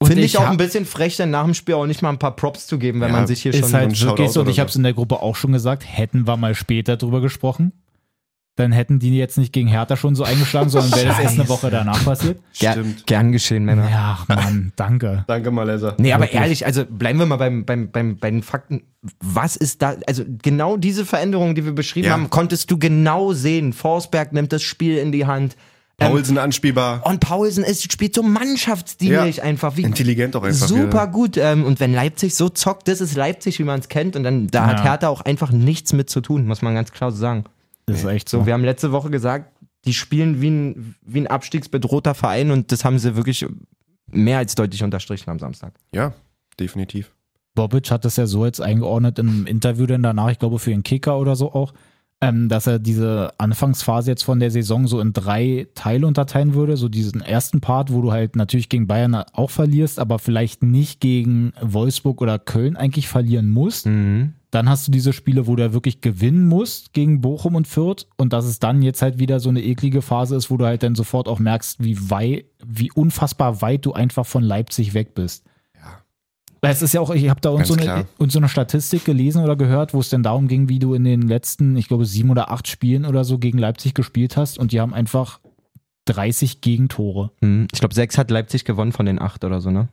Finde ich, ich auch hab- ein bisschen frech, dann nach dem Spiel auch nicht mal ein paar Props zu geben, wenn Ja, man sich hier Ist schon halt Shoutout wirklich so, und oder ich so. habe es in der Gruppe auch schon gesagt, hätten wir mal später drüber gesprochen, dann hätten die jetzt nicht gegen Hertha schon so eingeschlagen, sondern wäre das erst eine Woche danach passiert. Ger- gern geschehen, Männer. Ja, Mann, danke. Danke, Malesa. Nee, aber Wirklich. ehrlich, also bleiben wir mal beim, beim, beim, bei den Fakten. Was ist da, also genau diese Veränderung, die wir beschrieben Ja. haben, konntest du genau sehen. Forsberg nimmt das Spiel in die Hand. Ähm, Paulsen anspielbar. Und Paulsen ist, spielt so mannschaftsdienlich Ja. einfach. Wie Intelligent auch einfach, Super ja. gut. Ähm, und wenn Leipzig so zockt, das ist Leipzig, wie man es kennt. Und dann da hat Ja. Hertha auch einfach nichts mit zu tun, muss man ganz klar so sagen. Das ist echt so. So, wir haben letzte Woche gesagt, die spielen wie ein, wie ein abstiegsbedrohter Verein und das haben sie wirklich mehr als deutlich unterstrichen am Samstag. Ja, definitiv. Bobic hat das ja so jetzt eingeordnet im Interview dann danach, ich glaube für den Kicker oder so auch, ähm, dass er diese Anfangsphase jetzt von der Saison so in drei Teile unterteilen würde. So diesen ersten Part, wo du halt natürlich gegen Bayern auch verlierst, aber vielleicht nicht gegen Wolfsburg oder Köln eigentlich verlieren musst. Mhm. Dann hast du diese Spiele, wo du ja wirklich gewinnen musst gegen Bochum und Fürth und dass es dann jetzt halt wieder so eine eklige Phase ist, wo du halt dann sofort auch merkst, wie weit, wie unfassbar weit du einfach von Leipzig weg bist. Weil Es ist ja auch, ich habe da uns Ganz so, eine, klar. uns so eine Statistik gelesen oder gehört, wo es denn darum ging, wie du in den letzten, ich glaube, sieben oder acht Spielen oder so gegen Leipzig gespielt hast und die haben einfach 30 Gegentore. Mhm. Ich glaube, sechs hat Leipzig gewonnen von den acht oder so, ne?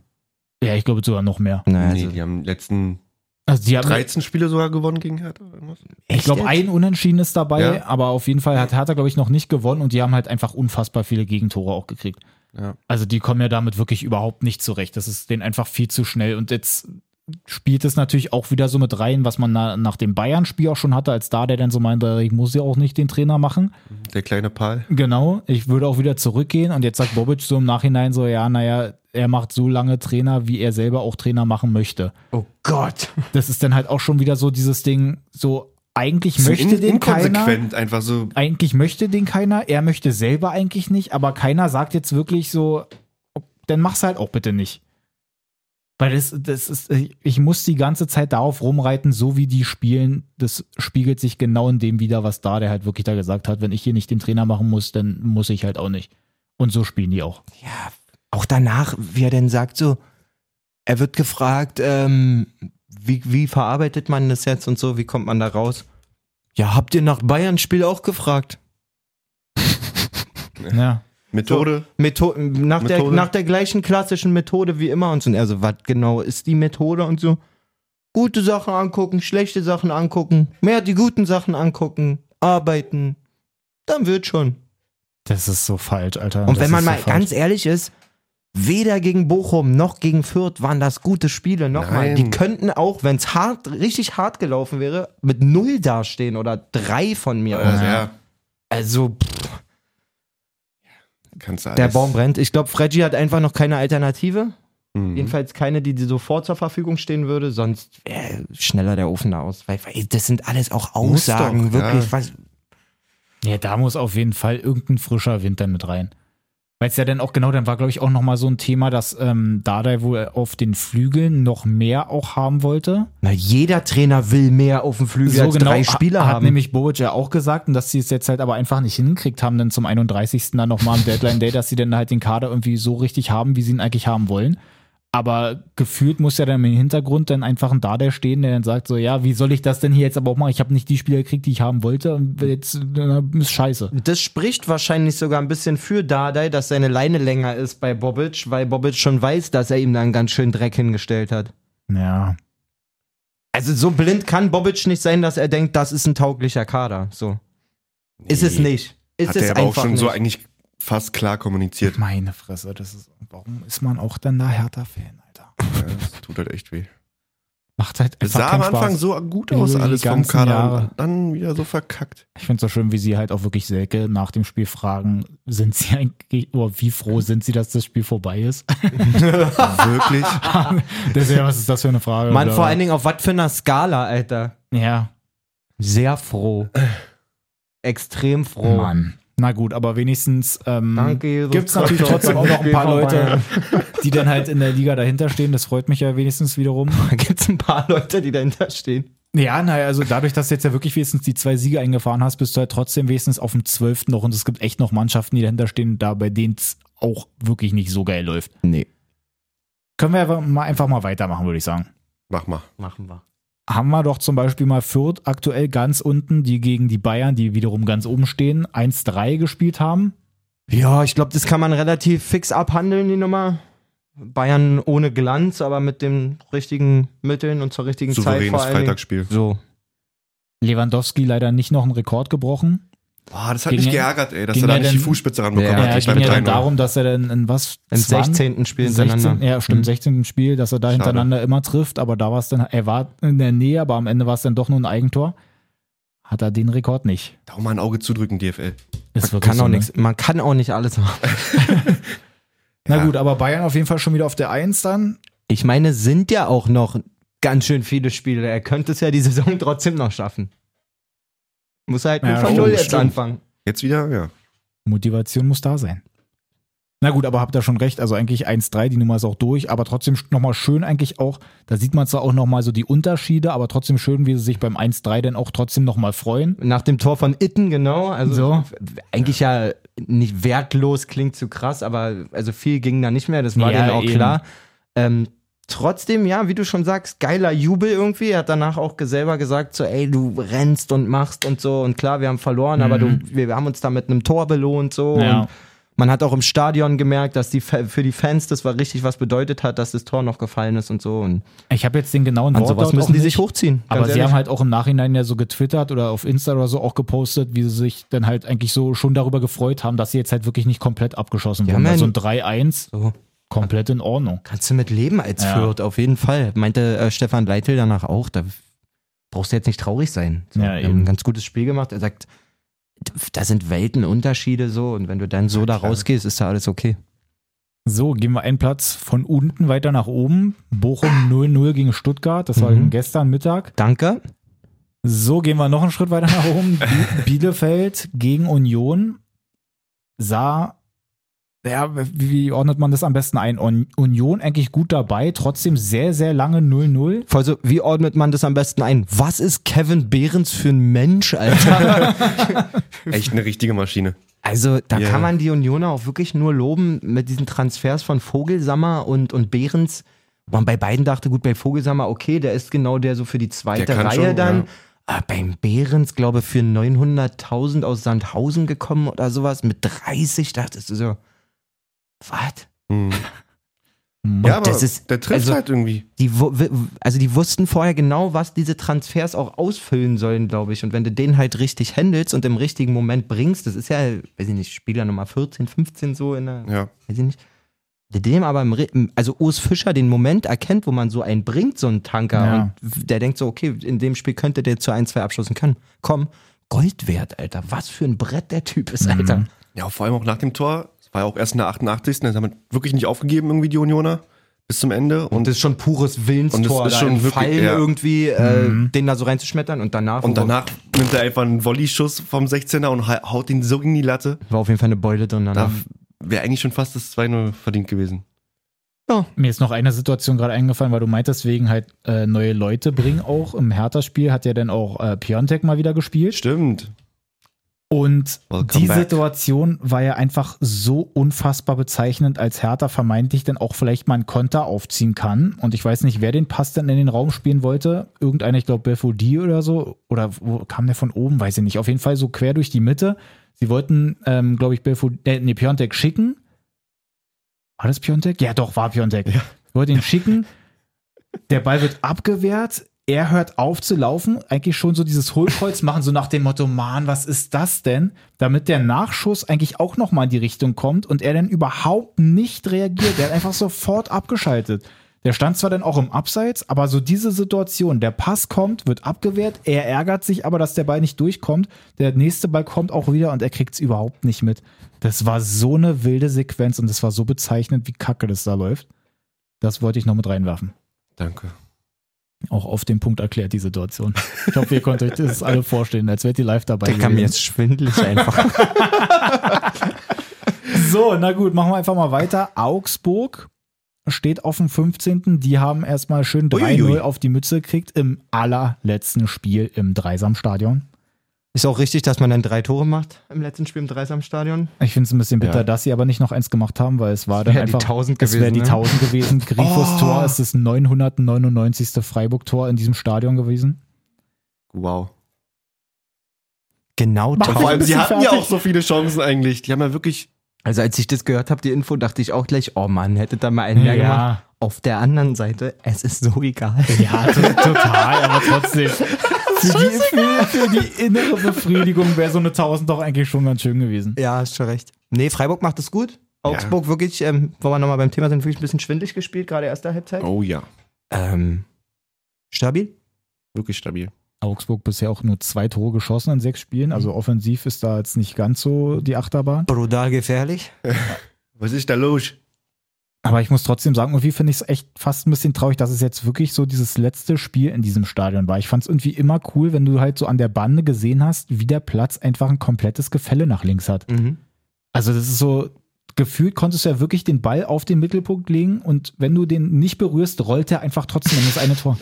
Ja, ich glaube sogar noch mehr. Naja, nee, die haben die letzten Also die haben, 13 Spiele sogar gewonnen gegen Hertha. Irgendwas. ich glaube, ein Unentschieden ist dabei, Ja. aber auf jeden Fall hat Hertha, glaube ich, noch nicht gewonnen und die haben halt einfach unfassbar viele Gegentore auch gekriegt. Ja. Also die kommen ja damit wirklich überhaupt nicht zurecht. Das ist denen einfach viel zu schnell und jetzt spielt es natürlich auch wieder so mit rein, was man na, nach dem Bayern-Spiel auch schon hatte, als da der dann so meinte, ich muss ja auch nicht den Trainer machen. Der kleine Paul. Genau, ich würde auch wieder zurückgehen und jetzt sagt Bobic so im Nachhinein so, ja, naja, er macht so lange Trainer, wie er selber auch Trainer machen möchte. Oh Gott. Das ist dann halt auch schon wieder so dieses Ding, so eigentlich So möchte in- den keiner. inkonsequent einfach so. Eigentlich möchte den keiner, er möchte selber eigentlich nicht, aber keiner sagt jetzt wirklich so, dann mach's halt auch bitte nicht. Weil das, das ist, ich muss die ganze Zeit darauf rumreiten, so wie die spielen, das spiegelt sich genau in dem wieder, was da der halt wirklich da gesagt hat, wenn ich hier nicht den Trainer machen muss, dann muss ich halt auch nicht. Und so spielen die auch. Ja, auch danach, wie er denn sagt, so, er wird gefragt, ähm, wie, wie verarbeitet man das jetzt und so, wie kommt man da raus? Ja, habt ihr nach Bayern-Spiel auch gefragt? Ja. Methode. Metho nach, Der, Methode? nach der gleichen klassischen Methode wie immer und so. Und er so, was genau ist die Methode und so? Gute Sachen angucken, schlechte Sachen angucken, mehr die guten Sachen angucken, arbeiten, dann wird schon. Das ist so falsch, Alter. Und Das wenn man ist mal so falsch. ganz ehrlich ist, weder gegen Bochum noch gegen Fürth waren das gute Spiele. Nochmal, Nein. die könnten auch, wenn es hart, richtig hart gelaufen wäre, mit null dastehen oder drei von mir. aus. Also, ja, Also pff, kannst du alles. der Baum brennt. Ich glaube, Freddy hat einfach noch keine Alternative. Mhm. Jedenfalls keine, die dir sofort zur Verfügung stehen würde, sonst wäre schneller der Ofen da aus. Weil, weil das sind alles auch Muss doch, Aussagen, wirklich. ja. Was, Ja, da muss auf jeden Fall irgendein frischer Wind dann mit rein. Weil es ja dann auch genau, dann war, glaube ich, auch nochmal so ein Thema, dass ähm, Dardai wohl auf den Flügeln noch mehr auch haben wollte. genau na, jeder Trainer will mehr auf dem Flügel als drei Spieler ha- hat haben. nämlich Bobic ja auch gesagt, und dass sie es jetzt halt aber einfach nicht hingekriegt haben, dann zum 31. dann nochmal am Deadline Day, dass sie dann halt den Kader irgendwie so richtig haben, wie sie ihn eigentlich haben wollen. Aber gefühlt muss ja dann im Hintergrund dann einfach ein Dardai stehen, der dann sagt so, ja, wie soll ich das denn hier jetzt aber auch machen? Ich habe nicht die Spieler gekriegt, die ich haben wollte. Und jetzt äh, ist scheiße. Das spricht wahrscheinlich sogar ein bisschen für Dardai, dass seine Leine länger ist bei Bobic, weil Bobic schon weiß, dass er ihm da einen ganz schönen Dreck hingestellt hat. Ja, Also so blind kann Bobic nicht sein, dass er denkt, das ist ein tauglicher Kader. So. Ist es Nee. nicht. Ist Hat es er aber auch einfach schon nicht. so eigentlich fast klar kommuniziert. Meine Fresse, das ist. Warum ist man auch dann da Hertha-Fan, Alter? Ja, das tut halt echt weh. Macht halt Es einfach sah am keinen Anfang Spaß. so gut Über aus, die alles vom ganzen Kader. Jahre. Und dann wieder so verkackt. Ich finde es so schön, wie sie halt auch wirklich Selke nach dem Spiel fragen, sind sie eigentlich, oder wie froh sind sie, dass das Spiel vorbei ist? Wirklich? das ist ja, was ist das für eine Frage? Mann, oder? vor allen Dingen auf was für einer Skala, Alter. Ja, Sehr froh. Extrem froh. Oh Mann. Na gut, aber wenigstens ähm, Danke, Jesus gibt es Christus, natürlich trotzdem auch das noch ein Spiel paar vorbei. Leute, die dann halt in der Liga dahinter stehen. Das freut mich ja wenigstens wiederum. Gibt es ein paar Leute, die dahinter stehen? Ja, naja, also dadurch, dass du jetzt ja wirklich wenigstens die zwei Siege eingefahren hast, bist du halt trotzdem wenigstens auf dem 12. noch und es gibt echt noch Mannschaften, die dahinter stehen, da bei denen es auch wirklich nicht so geil läuft. Nee. Können wir aber mal einfach mal weitermachen, würde ich sagen. Mach mal. Machen wir. Haben wir doch zum Beispiel mal Fürth aktuell ganz unten, die gegen die Bayern, die wiederum ganz oben stehen, 1-3 gespielt haben. Ja, ich glaube, das kann man relativ fix abhandeln, die Nummer. Bayern ohne Glanz, aber mit den richtigen Mitteln und zur richtigen Zeit vor Souveränes allen Dingen. Freitagsspiel. So. Lewandowski leider nicht noch einen Rekord gebrochen. Boah, das hat Ging mich ja- geärgert, ey, dass ging er da ja nicht die dann- Fußspitze ranbekommen Ja, hat. Ja, es gleich bei Äh, ging ja der dann 3-0. darum, dass er dann in was? Im 20? 16. Spiel 16, hintereinander. Mhm. ja, stimmt, 16. Spiel, dass er da Schade. hintereinander immer trifft, aber da war es dann, er war in der Nähe, aber am Ende war es dann doch nur ein Eigentor. Hat er den Rekord nicht. Da auch mal ein Auge zudrücken, DFL. Man Ist wirklich kann, so, auch ne? nix, man kann auch nicht alles machen. Na Ja. gut, aber Bayern auf jeden Fall schon wieder auf der 1 dann. Ich meine, es sind ja auch noch ganz schön viele Spiele. Er könnte es ja die Saison trotzdem noch schaffen. Muss er halt Ja, nur von stimmt, Null jetzt stimmt. anfangen. Jetzt wieder, ja. Motivation muss da sein. Na gut, aber habt ihr schon recht, also eigentlich 1-3, die Nummer ist auch durch, aber trotzdem nochmal schön eigentlich auch, da sieht man zwar auch nochmal so die Unterschiede, aber trotzdem schön, wie sie sich beim 1-3 dann auch trotzdem nochmal freuen. Nach dem Tor von Itten, genau. Also So. eigentlich ja nicht wertlos, klingt zu krass, aber also viel ging da nicht mehr, das war Ja, denen auch eben. klar. Ähm, trotzdem, ja, wie du schon sagst, geiler Jubel irgendwie. Er hat danach auch selber gesagt, so, ey, du rennst und machst und so. Und klar, wir haben verloren, aber du, wir haben uns da mit einem Tor belohnt, so. Mhm. Ja. Und man hat auch im Stadion gemerkt, dass die Fa- für die Fans das war richtig was bedeutet hat, dass das Tor noch gefallen ist und so. Und Ich habe jetzt den genauen an sowas Wortlaut müssen auch die sich nicht. hochziehen. Aber ganz sie ehrlich. haben halt auch im Nachhinein ja so getwittert oder auf Insta oder so auch gepostet, wie sie sich dann halt eigentlich so schon darüber gefreut haben, dass sie jetzt halt wirklich nicht komplett abgeschossen Ja, wurden. man. Also ein 3-1, so. komplett in Ordnung. Kannst du mit leben als Ja. Fürth, auf jeden Fall. Meinte äh, Stefan Leitl danach auch. Da brauchst du jetzt nicht traurig sein. So, Ja, wir haben eben. ein ganz gutes Spiel gemacht. Er sagt, da sind Weltenunterschiede so. Und wenn du dann so da klar. rausgehst, ist da alles okay. So, gehen wir einen Platz von unten weiter nach oben. Bochum 0-0 gegen Stuttgart, das war Mhm. gestern Mittag. Danke. So, gehen wir noch einen Schritt weiter nach oben. Bi- Bielefeld gegen Union sah, ja, wie, wie ordnet man das am besten ein? Un Union eigentlich gut dabei, trotzdem sehr, sehr lange 0-0. Also, wie ordnet man das am besten ein? Was ist Kevin Behrens für ein Mensch, Alter? Echt eine richtige Maschine. also, da Ja. kann man die Unioner auch wirklich nur loben mit diesen Transfers von Vogelsammer und, und Behrens. Wo man bei beiden dachte, gut, bei Vogelsammer, okay, der ist genau der so für die zweite Der kann Reihe schon, dann. ja. Ah, beim Behrens, glaube ich, für 900.000 aus Sandhausen gekommen oder sowas. Mit 30 dachtest du so, was? Hm. Ja, aber das ist- der trifft also- halt irgendwie. Die, wu- wi- also die wussten vorher genau, was diese Transfers auch ausfüllen sollen, glaube ich. Und wenn du den halt richtig handelst und im richtigen Moment bringst, das ist ja, weiß ich nicht, Spieler Nummer 14, 15 so in der, Ja. weiß ich nicht. Der dem aber, im, Ri- im- also Urs Fischer den Moment erkennt, wo man so einen bringt, so einen Tanker. Ja. Und der denkt so, okay, in dem Spiel könnte der zu 1, 2 abschließen können. Komm, Gold wert, Alter. Was für ein Brett der Typ Mhm. ist, Alter. Ja, vor allem auch nach dem Tor. Es war ja auch erst in der 88. Das haben wir wirklich nicht aufgegeben, irgendwie die Unioner. Bis zum Ende. Und, Und das ist schon pures Willenstor, Und das ist da schon im wirklich- Fallen ja. Mhm. irgendwie, äh, den da so reinzuschmettern und danach. und danach nimmt er einfach einen Volley-Schuss vom 16er und hau- haut ihn so gegen die Latte. war auf jeden Fall eine Beule drin. Da Danach. wäre eigentlich schon fast das 2-0 verdient gewesen. Mir ist noch eine Situation gerade eingefallen, weil du meintest, wegen halt äh, neue Leute bringen auch. Im Hertha-Spiel hat ja dann auch äh, Piontek mal wieder gespielt. Stimmt. Und Welcome die back. Situation war ja einfach so unfassbar bezeichnend, als Hertha vermeintlich dann auch vielleicht mal einen Konter aufziehen kann. Und ich weiß nicht, wer den Pass dann in den Raum spielen wollte. Irgendeiner, ich glaube, Belfodil oder so. Oder wo kam der von oben? Weiß ich nicht. Auf jeden Fall so quer durch die Mitte. Sie wollten, ähm, glaube ich, Belfodil, äh, nee, Piontek schicken. War das Piontek? Ja, doch, war Piontek. Wollte ihn schicken. Der Ball wird abgewehrt. Er hört auf zu laufen. Eigentlich schon so dieses Hohlkreuz machen, so nach dem Motto, Mann, was ist das denn? Damit der Nachschuss eigentlich auch nochmal in die Richtung kommt und er dann überhaupt nicht reagiert. Er hat einfach sofort abgeschaltet. Der stand zwar dann auch im Abseits, aber so diese Situation, der Pass kommt, wird abgewehrt, er ärgert sich aber, dass der Ball nicht durchkommt, der nächste Ball kommt auch wieder und er kriegt es überhaupt nicht mit. Das war so eine wilde Sequenz und das war so bezeichnend, wie kacke das da läuft. Das wollte ich noch mit reinwerfen Danke. auch auf den Punkt erklärt, die Situation. Ich hoffe, ihr könnt euch das alle vorstellen, als wärt ihr live dabei. Der kam mir gewesen. jetzt schwindelig einfach. So, na gut, machen wir einfach mal weiter. Augsburg steht auf dem 15. Die haben erstmal schön 3-0 Uiuiui. auf die Mütze gekriegt im allerletzten Spiel im Dreisamstadion. Ist auch richtig, dass man dann drei Tore macht im letzten Spiel im Dreisamstadion. Ich finde es ein bisschen bitter, Ja. dass sie aber nicht noch eins gemacht haben, weil es war dann wär die einfach 1000 es wär gewesen, die ne? Oh. 1000 gewesen. Grifos Tor ist das 999. Freiburg-Tor in diesem Stadion gewesen. Wow. Genau Mach Vor allem, Bist sie du hatten ja fertig? auch so viele Chancen eigentlich. Die haben ja wirklich. Also als ich das gehört habe, die Info, dachte ich auch gleich, oh Mann, hätte da mal einen mehr gemacht. Auf der anderen Seite, es ist so egal. Ja, to- total, aber trotzdem. Für die, für, für die innere Befriedigung wäre so eine 1000 doch eigentlich schon ganz schön gewesen. Ja, hast schon recht. Nee, Freiburg macht es gut. Augsburg wirklich, ähm, wo wir nochmal beim Thema sind, wirklich ein bisschen schwindlig gespielt, gerade erste Halbzeit. Oh ja. Ähm, stabil. Wirklich stabil. Augsburg bisher auch nur zwei Tore geschossen in sechs Spielen, also offensiv ist da jetzt nicht ganz so die Achterbahn. Brutal gefährlich. Was ist da los? Aber ich muss trotzdem sagen, irgendwie finde ich es echt fast ein bisschen traurig, dass es jetzt wirklich so dieses letzte Spiel in diesem Stadion war. Ich fand es irgendwie immer cool, wenn du halt so an der Bande gesehen hast, wie der Platz einfach ein komplettes Gefälle nach links hat. Mhm. Also das ist so, gefühlt konntest du ja wirklich den Ball auf den Mittelpunkt legen und wenn du den nicht berührst, rollt er einfach trotzdem in das eine Tor.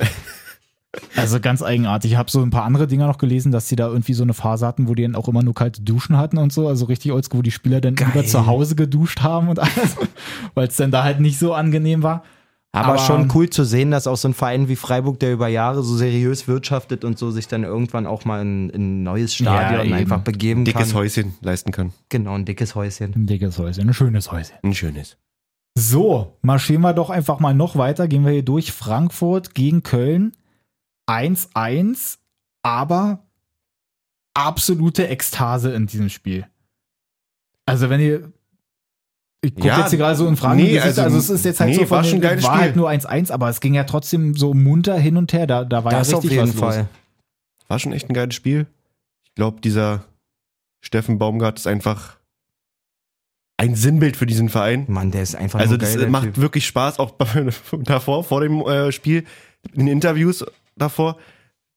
Also ganz eigenartig. Ich habe so ein paar andere Dinger noch gelesen, dass sie da irgendwie so eine Phase hatten, wo die dann auch immer nur kalte Duschen hatten und so. Also richtig oldschool, wo die Spieler dann über zu Hause geduscht haben und alles, weil es dann da halt nicht so angenehm war. Aber, Aber- schon cool zu sehen, dass auch so ein Verein wie Freiburg, der über Jahre so seriös wirtschaftet und so sich dann irgendwann auch mal in, in ein neues Stadion eben. einfach begeben Dickes kann. Häuschen leisten kann. Genau, ein dickes Häuschen. Ein dickes Häuschen, ein schönes Häuschen. Ein schönes. So, marschieren wir doch einfach mal noch weiter. Gehen wir hier durch. Frankfurt gegen Köln. 1-1, aber absolute Ekstase in diesem Spiel. Also, wenn ihr. Ich gucke Ja, jetzt hier gerade so in Fragen. nee, also, also, also es ist jetzt halt nee, so von war schon ein den- geiles war halt Spiel. nur 1-1, aber es ging ja trotzdem so munter hin und her. Da, da war ja richtig was los. War schon echt ein geiles Spiel. Ich glaube, dieser Steffen Baumgart ist einfach ein Sinnbild für diesen Verein. Mann, der ist einfach Also nur das geil, der macht Typ. wirklich Spaß, auch bei- davor, vor dem äh, Spiel, in Interviews davor.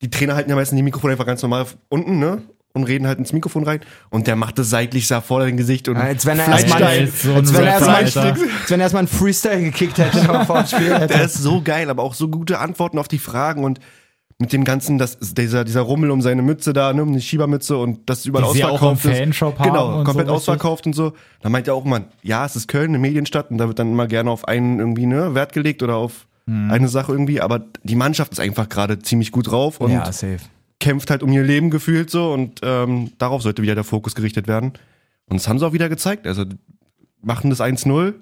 Die Trainer halten ja meistens die Mikrofone einfach ganz normal unten, ne? Und reden halt ins Mikrofon rein. Und der macht das seidlich da vor dein Gesicht und Als Ah, wenn er Fleisch- erstmal Fleischstein. ist so ein als wenn er Rapper, erstmal- Alter. als wenn er erstmal einen Freestyle gekickt hätte noch vor dem Spiel. Der ist so geil, aber auch so gute Antworten auf die Fragen und mit dem ganzen, das, dieser, dieser Rummel um seine Mütze da, ne, um die Schiebermütze und das überall Die sie auch im ausverkauft ist. Fanshop haben Genau, und komplett so richtig. ausverkauft und so. Da meint ja auch man, ja, es ist Köln, eine Medienstadt und da wird dann immer gerne auf einen irgendwie ne, Wert gelegt oder auf Mhm. eine Sache irgendwie, aber die Mannschaft ist einfach gerade ziemlich gut drauf und Ja, safe. kämpft halt um ihr Leben gefühlt so und ähm, darauf sollte wieder der Fokus gerichtet werden. Und das haben sie auch wieder gezeigt. Also machen das 1-0,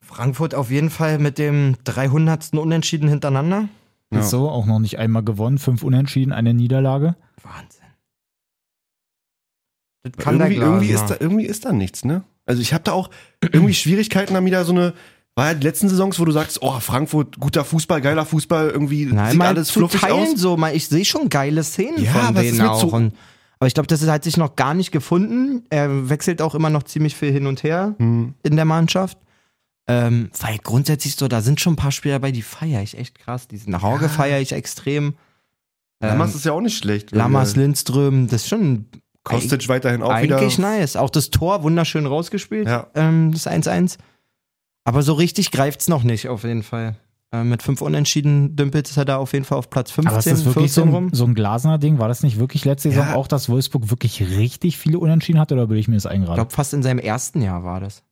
Frankfurt auf jeden Fall mit dem 300. Unentschieden hintereinander. Ja. So, auch noch nicht einmal gewonnen, fünf Unentschieden, eine Niederlage. Wahnsinn. Das kann Irgendwie, der Glasner. irgendwie, ist da, irgendwie ist da nichts, ne? Also ich habe da auch irgendwie Schwierigkeiten, da wieder so eine. War ja die letzten Saisons, wo du sagst, oh, Frankfurt, guter Fußball, geiler Fußball, irgendwie Nein, sieht mal alles zu fluffig teilen aus. so, mal ich sehe schon geile Szenen Ja, von aber es ist denen mir auch. zu- und, aber ich glaube, das ist- hat sich noch gar nicht gefunden. Er wechselt auch immer noch ziemlich viel hin und her Hm. in der Mannschaft. Ähm, weil grundsätzlich so, da sind schon ein paar Spieler dabei, die feiere ich echt krass. Diesen Hauge feiere ich extrem. Lammers ähm, ist ja auch nicht schlecht. Lammers Lindström, das ist schon Kostic weiterhin auch wieder. eigentlich nice. Auch das Tor wunderschön rausgespielt, Ja. ähm, das 1-1. Aber so richtig greift's noch nicht, auf jeden Fall. Ähm, mit fünf Unentschieden dümpelt es er da auf jeden Fall auf Platz 15, Aber ist das wirklich so 14 ein, rum. so ein Glasner-Ding? War das nicht wirklich letzte Saison Ja. auch, dass Wolfsburg wirklich richtig viele Unentschieden hat oder will ich mir das Ich eingraben? glaube, fast in seinem ersten Jahr war das,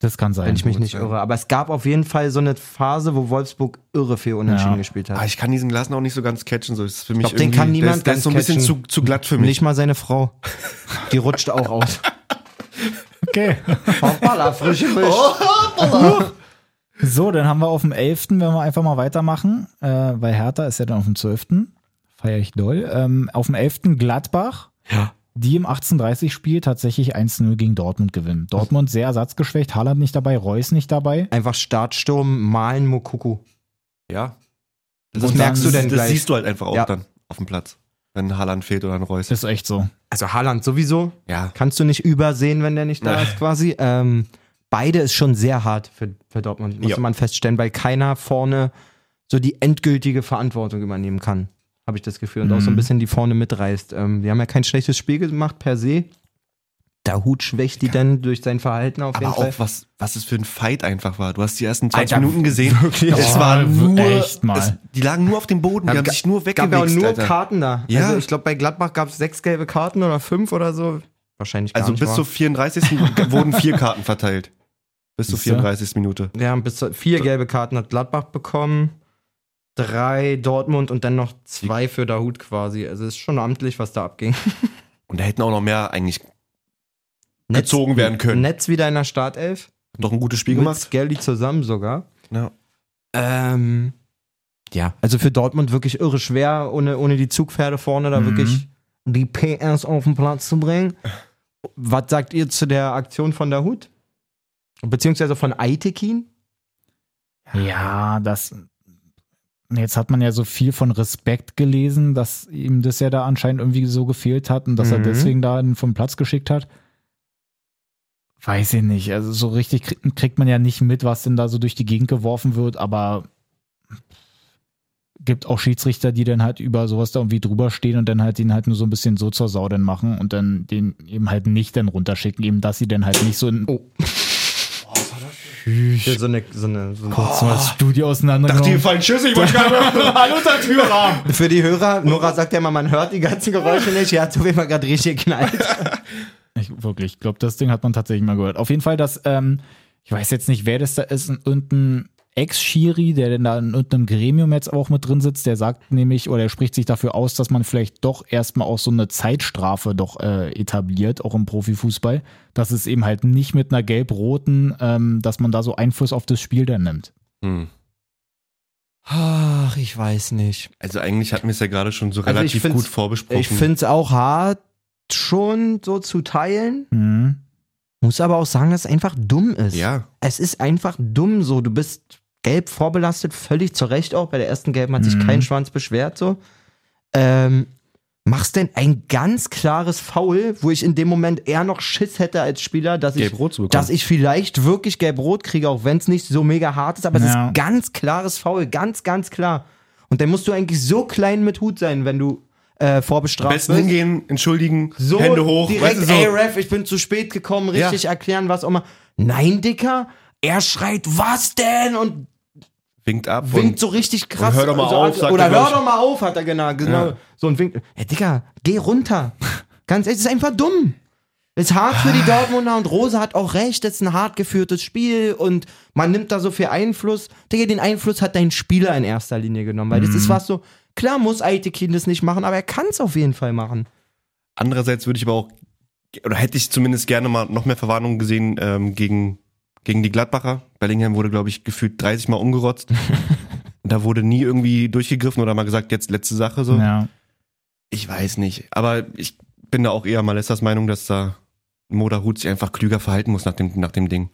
das kann wenn sein. ich mich gut nicht sein. irre. Aber es gab auf jeden Fall so eine Phase, wo Wolfsburg irre viel Unentschieden Ja. gespielt Ah, hat. ich kann diesen Glasner auch nicht so ganz catchen. So. Das ist für mich glaub, den irgendwie- kann niemand der ist, der ist so ein ganz bisschen zu, catchen. zu glatt für mich. Nicht mal seine Frau. Die rutscht auch aus. Okay. Hoppala, frische Fisch. So, dann haben wir auf dem 11., wenn wir einfach mal weitermachen, äh, weil Hertha ist ja dann auf dem 12., feiere ich doll. Ähm, auf dem 11. Gladbach, Ja. die im 1830-Spiel tatsächlich 1-0 gegen Dortmund gewinnen. Dortmund sehr ersatzgeschwächt, Haaland nicht dabei, Reus nicht dabei. Einfach Startsturm, Malen Mokuku. Ja. Das Und merkst dann- du denn Das gleich. siehst du halt einfach auch Ja. dann auf dem Platz. Wenn Haaland fehlt oder ein Reus. Ist echt so. Also Haaland sowieso, Ja. kannst du nicht übersehen, wenn der nicht da Nein. ist quasi. Ähm, beide ist schon sehr hart für, für Dortmund, muss Ja. man feststellen, weil keiner vorne so die endgültige Verantwortung übernehmen kann, habe ich das Gefühl. Und auch so ein Mhm. bisschen die vorne mitreißt. Ähm, die haben ja kein schlechtes Spiel gemacht per se. Der Hut schwächt die dann durch sein Verhalten auf jeden Aber Fall. auch, was, was es für ein Fight einfach war. Du hast die ersten 20 Alter, Minuten gesehen. Wirklich? Es Ja, war nur, echt mal. Es, die lagen nur auf dem Boden. Die Ja, haben ga- sich nur gab weggewichst, ja auch nur Alter. Karten da. Ja. Also ich glaube, bei Gladbach gab es sechs gelbe Karten oder fünf oder so. Wahrscheinlich gar Also nicht. bis wahr? zur 34. wurden vier Karten verteilt. Bis zur Siehste? 34. Minute. Ja, bis zu vier gelbe Karten hat Gladbach bekommen. Drei Dortmund und dann noch zwei für Dahut quasi. Also es ist schon amtlich, was da abging. Und da hätten auch noch mehr eigentlich gezogen werden können. Netz wieder in der Startelf. Noch ein gutes Spiel Mit gemacht. Skelly zusammen sogar. Ja. Ähm, ja, also für Dortmund wirklich irre schwer, ohne, ohne die Zugpferde vorne da Mhm. wirklich die PS auf den Platz zu bringen. Was sagt ihr zu der Aktion von Dahut? Beziehungsweise von Aitekin? Ja, das. Jetzt hat man ja so viel von Respekt gelesen, dass ihm das ja da anscheinend irgendwie so gefehlt hat und dass er Mhm. deswegen da einen vom Platz geschickt hat. Weiß ich nicht. Also so richtig kriegt, kriegt man ja nicht mit, was denn da so durch die Gegend geworfen wird, aber gibt auch Schiedsrichter, die dann halt über sowas da irgendwie drüber stehen und dann halt den halt nur so ein bisschen so zur Sau dann machen und dann den eben halt nicht dann runterschicken, eben dass sie dann halt nicht so ein Oh. Hier so eine, so eine, so eine kurz mal das Studio auseinandergenommen. fallen Schüsse, ich wollte gerade. Hallo, der Türrahmen. Oh. Für die Hörer, Nora sagt ja immer, man hört die ganzen Geräusche nicht. Ja, so wie man gerade richtig knallt. Ich wirklich, ich glaube, das Ding hat man tatsächlich mal gehört. Auf jeden Fall, dass, ähm, ich weiß jetzt nicht, wer das da ist, ein- irgendein Ex-Schiri, der denn da in irgendeinem Gremium jetzt auch mit drin sitzt, der sagt nämlich oder er spricht sich dafür aus, dass man vielleicht doch erstmal auch so eine Zeitstrafe doch äh, etabliert, auch im Profifußball, dass es eben halt nicht mit einer gelb-roten, ähm, dass man da so Einfluss auf das Spiel dann nimmt. Hm. Ach, ich weiß nicht. Also eigentlich hatten wir es ja gerade schon so Also ich relativ find's- gut vorbesprochen. Ich finde es auch hart, schon so zu teilen. Mhm. Muss aber auch sagen, dass es einfach dumm ist. ja. Es ist einfach dumm so. Du bist gelb vorbelastet, völlig zu Recht auch. Bei der ersten gelben hat sich Mhm. kein Schwanz beschwert so. Ähm, machst denn ein ganz klares Foul, wo ich in dem Moment eher noch Schiss hätte als Spieler, dass ich Gelb-Rot zu bekommen. dass ich vielleicht wirklich gelb-rot kriege, auch wenn es nicht so mega hart ist, aber es Ja. ist ganz klares Foul, ganz, ganz klar. Und dann musst du eigentlich so klein mit Hut sein, wenn du äh, Am vorbestraft besten wirst. hingehen, entschuldigen, So Hände hoch. direkt, weißt du, so. ey Ref, ich bin zu spät gekommen, richtig erklären, was auch immer. Nein, Dicker, er schreit, was denn? Und winkt ab. winkt so richtig krass. hör doch mal so, auf, sagt Oder er, glaub hör ich. doch mal auf, hat er genau. genau Ja. So und winkt. Ey, Dicker, geh runter. Ganz ehrlich, es ist einfach dumm. Ist hart für Ah. die Dortmunder und Rose hat auch recht, es ist ein hart geführtes Spiel und man nimmt da so viel Einfluss. Digga, den Einfluss hat dein Spieler in erster Linie genommen, weil das Mhm. ist was so, klar muss Aitekin das nicht machen, aber er kann es auf jeden Fall machen. Andererseits würde ich aber auch, oder hätte ich zumindest gerne mal noch mehr Verwarnungen gesehen ähm, gegen, gegen die Gladbacher, Bellingham wurde, glaube ich, gefühlt 30 Mal umgerotzt. Und da wurde nie irgendwie durchgegriffen oder mal gesagt, jetzt letzte Sache so. Ja. Ich weiß nicht. Aber ich bin da auch eher Malessas Meinung, dass da Moda Hut sich einfach klüger verhalten muss nach dem, nach dem Ding.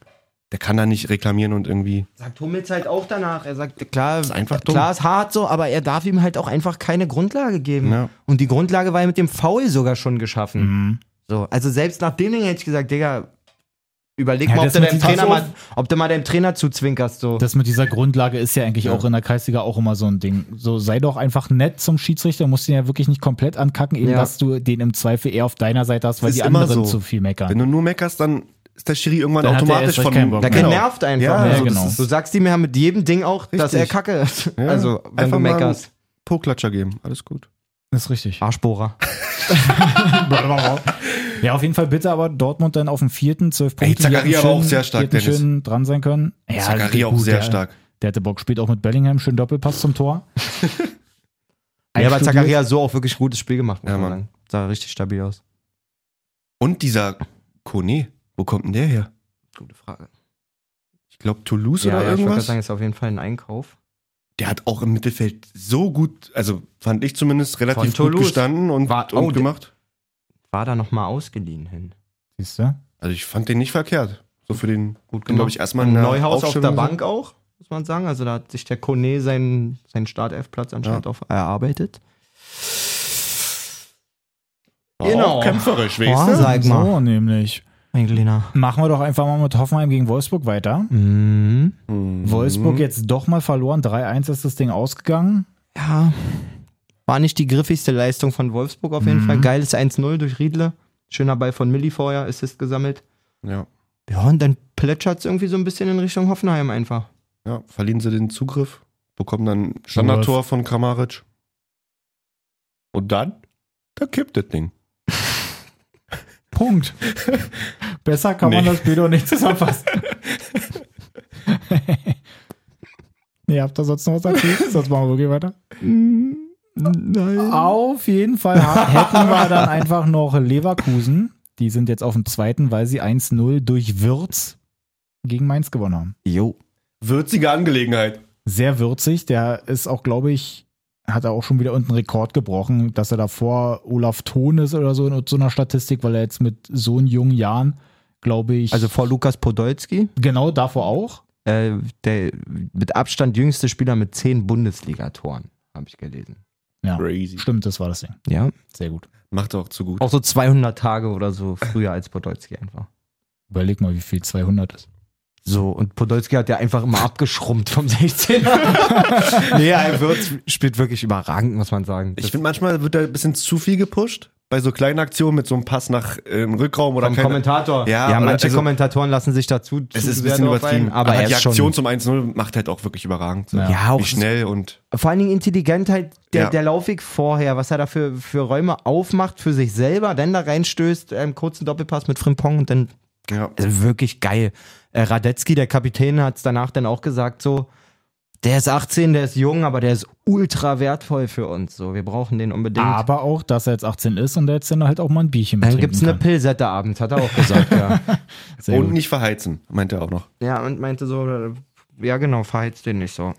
Der kann da nicht reklamieren und irgendwie. Sagt Hummels halt auch danach. Er sagt, klar, ist einfach dumm. klar ist hart so, aber er darf ihm halt auch einfach keine Grundlage geben. Ja. Und die Grundlage war ja mit dem Foul sogar schon geschaffen. Mhm. So, also selbst nach dem Ding hätte ich gesagt, Digga, überleg Ja, mal, ob das du, mit deinem dem Trainer Pass mal, ob du mal deinem Trainer zuzwinkerst. So. Das mit dieser Grundlage ist ja eigentlich Ja. auch in der Kreisliga auch immer so ein Ding. So sei doch einfach nett zum Schiedsrichter, musst ihn ja wirklich nicht komplett ankacken, eben Ja. dass du den im Zweifel eher auf deiner Seite hast, weil ist die immer anderen so. zu viel meckern. Wenn du nur meckerst, dann ist der Schiri irgendwann Dann hat er automatisch erst recht von. keinen Bock Na, mehr. genau. Genau. nervt einfach. Ja, also, ja, das genau. ist, du sagst ihm ja mit jedem Ding auch, dass Richtig. er kacke ist. Ja, Also, wenn einfach du mal einen meckerst. Po-Klatscher geben, alles gut. Das ist richtig. Arschbohrer. Ah. Ja, auf jeden Fall bitte, aber Dortmund dann auf dem vierten, zwölf Punkte. die Zakaria hätten war auch sehr stark, die hätten Dennis. schön dran sein können. Ja, Zakaria auch gut, sehr der, stark. Der hatte Bock, spielt auch mit Bellingham, schön Doppelpass zum Tor. Ja, aber Einstudiert. Zakaria so auch wirklich gutes Spiel gemacht. muss Ja, man Mann. sagen. Sah richtig stabil aus. Und dieser Kone, wo kommt denn der her? Gute Frage. Ich glaube Toulouse Ja, ja, oder ich wollte gerade irgendwas. sagen, ist auf jeden Fall ein Einkauf. der hat auch im Mittelfeld so gut, also fand ich zumindest Von relativ gut Toulouse. gestanden und, War- oh, und der- gemacht. War da nochmal ausgeliehen hin. Siehst du? Also ich fand den nicht verkehrt. So für den, Gut glaube ich, erstmal eine Neuhaus auf der Aufstellung so. Bank auch, muss man sagen. Also da hat sich der Kone seinen, seinen Startelfplatz anscheinend auch erarbeitet. War Genau. auch kämpferisch, Oh, weißt du? sag mal. So, nämlich. Mein Kleiner. Machen wir doch einfach mal mit Hoffenheim gegen Wolfsburg weiter. Mhm. Mhm. Wolfsburg jetzt doch mal verloren. 3-1 ist das Ding ausgegangen. Ja, war nicht die griffigste Leistung von Wolfsburg auf jeden Mhm. Fall. Geiles 1-0 durch Riedle. Schöner Ball von Milli vorher, Assist gesammelt. Ja. Ja, und dann plätschert es irgendwie so ein bisschen in Richtung Hoffenheim einfach. ja, verlieren sie den Zugriff, bekommen dann ein Standardtor von Kramaric. Und dann, da kippt das Ding. Punkt. Besser kann man Nee. das Bild doch nicht zusammenfassen. Ihr habt da sonst noch was erzählt? Sonst machen wir wirklich weiter. Nein. Auf jeden Fall ha- hätten wir dann einfach noch Leverkusen. Die sind jetzt auf dem zweiten, weil sie 1-0 durch Würz gegen Mainz gewonnen haben. Jo. Würzige Angelegenheit. Sehr würzig. Der ist auch, glaube ich, hat er auch schon wieder unten Rekord gebrochen, dass er davor Olaf Thon ist oder so in so einer Statistik, weil er jetzt mit so in jungen Jahren, glaube ich, Also vor Lukas Podolski, genau davor auch. äh, der mit Abstand jüngste Spieler mit zehn Bundesliga-Toren, habe ich gelesen. Ja. Crazy. Stimmt, das war das Ding. Ja. Sehr gut. Macht auch zu gut. Auch so 200 Tage oder so früher als Podolski einfach. Überleg mal, wie viel 200 ist. So, und Podolski hat ja einfach immer abgeschrumpft vom 16er. nee, er wird, spielt wirklich überragend, muss man sagen. Ich finde, manchmal wird da ein bisschen zu viel gepusht. Bei so kleinen Aktionen mit so einem Pass nach äh, im Rückraum oder vom keine- Kommentator. Ja, aber manche also- Kommentatoren lassen sich dazu Es zu ist ein sehr bisschen drauf übertrieben. ein, aber, er die ne- ist Aktion schon, zum 1-0 macht halt auch wirklich überragend. So. Ja. ja, auch Wie schnell und vor allen Dingen intelligent halt der, Ja. der Laufweg vorher, was er da für, für Räume aufmacht für sich selber, dann da reinstößt, einen kurzen Doppelpass mit Frimpong und dann ja. also wirklich geil. Äh, Radetzky, der Kapitän, hat es danach dann auch gesagt so, der ist 18, der ist jung, aber der ist ultra wertvoll für uns. So, wir brauchen den unbedingt. Aber auch, dass er jetzt 18 ist und er jetzt dann halt auch mal ein Bierchen dann mittrinken gibt es eine kann. Pilsette abends, hat er auch gesagt, ja. Sehr und gut. nicht verheizen, meint er auch noch. Ja, und meinte so, äh, ja genau, verheizt den nicht so.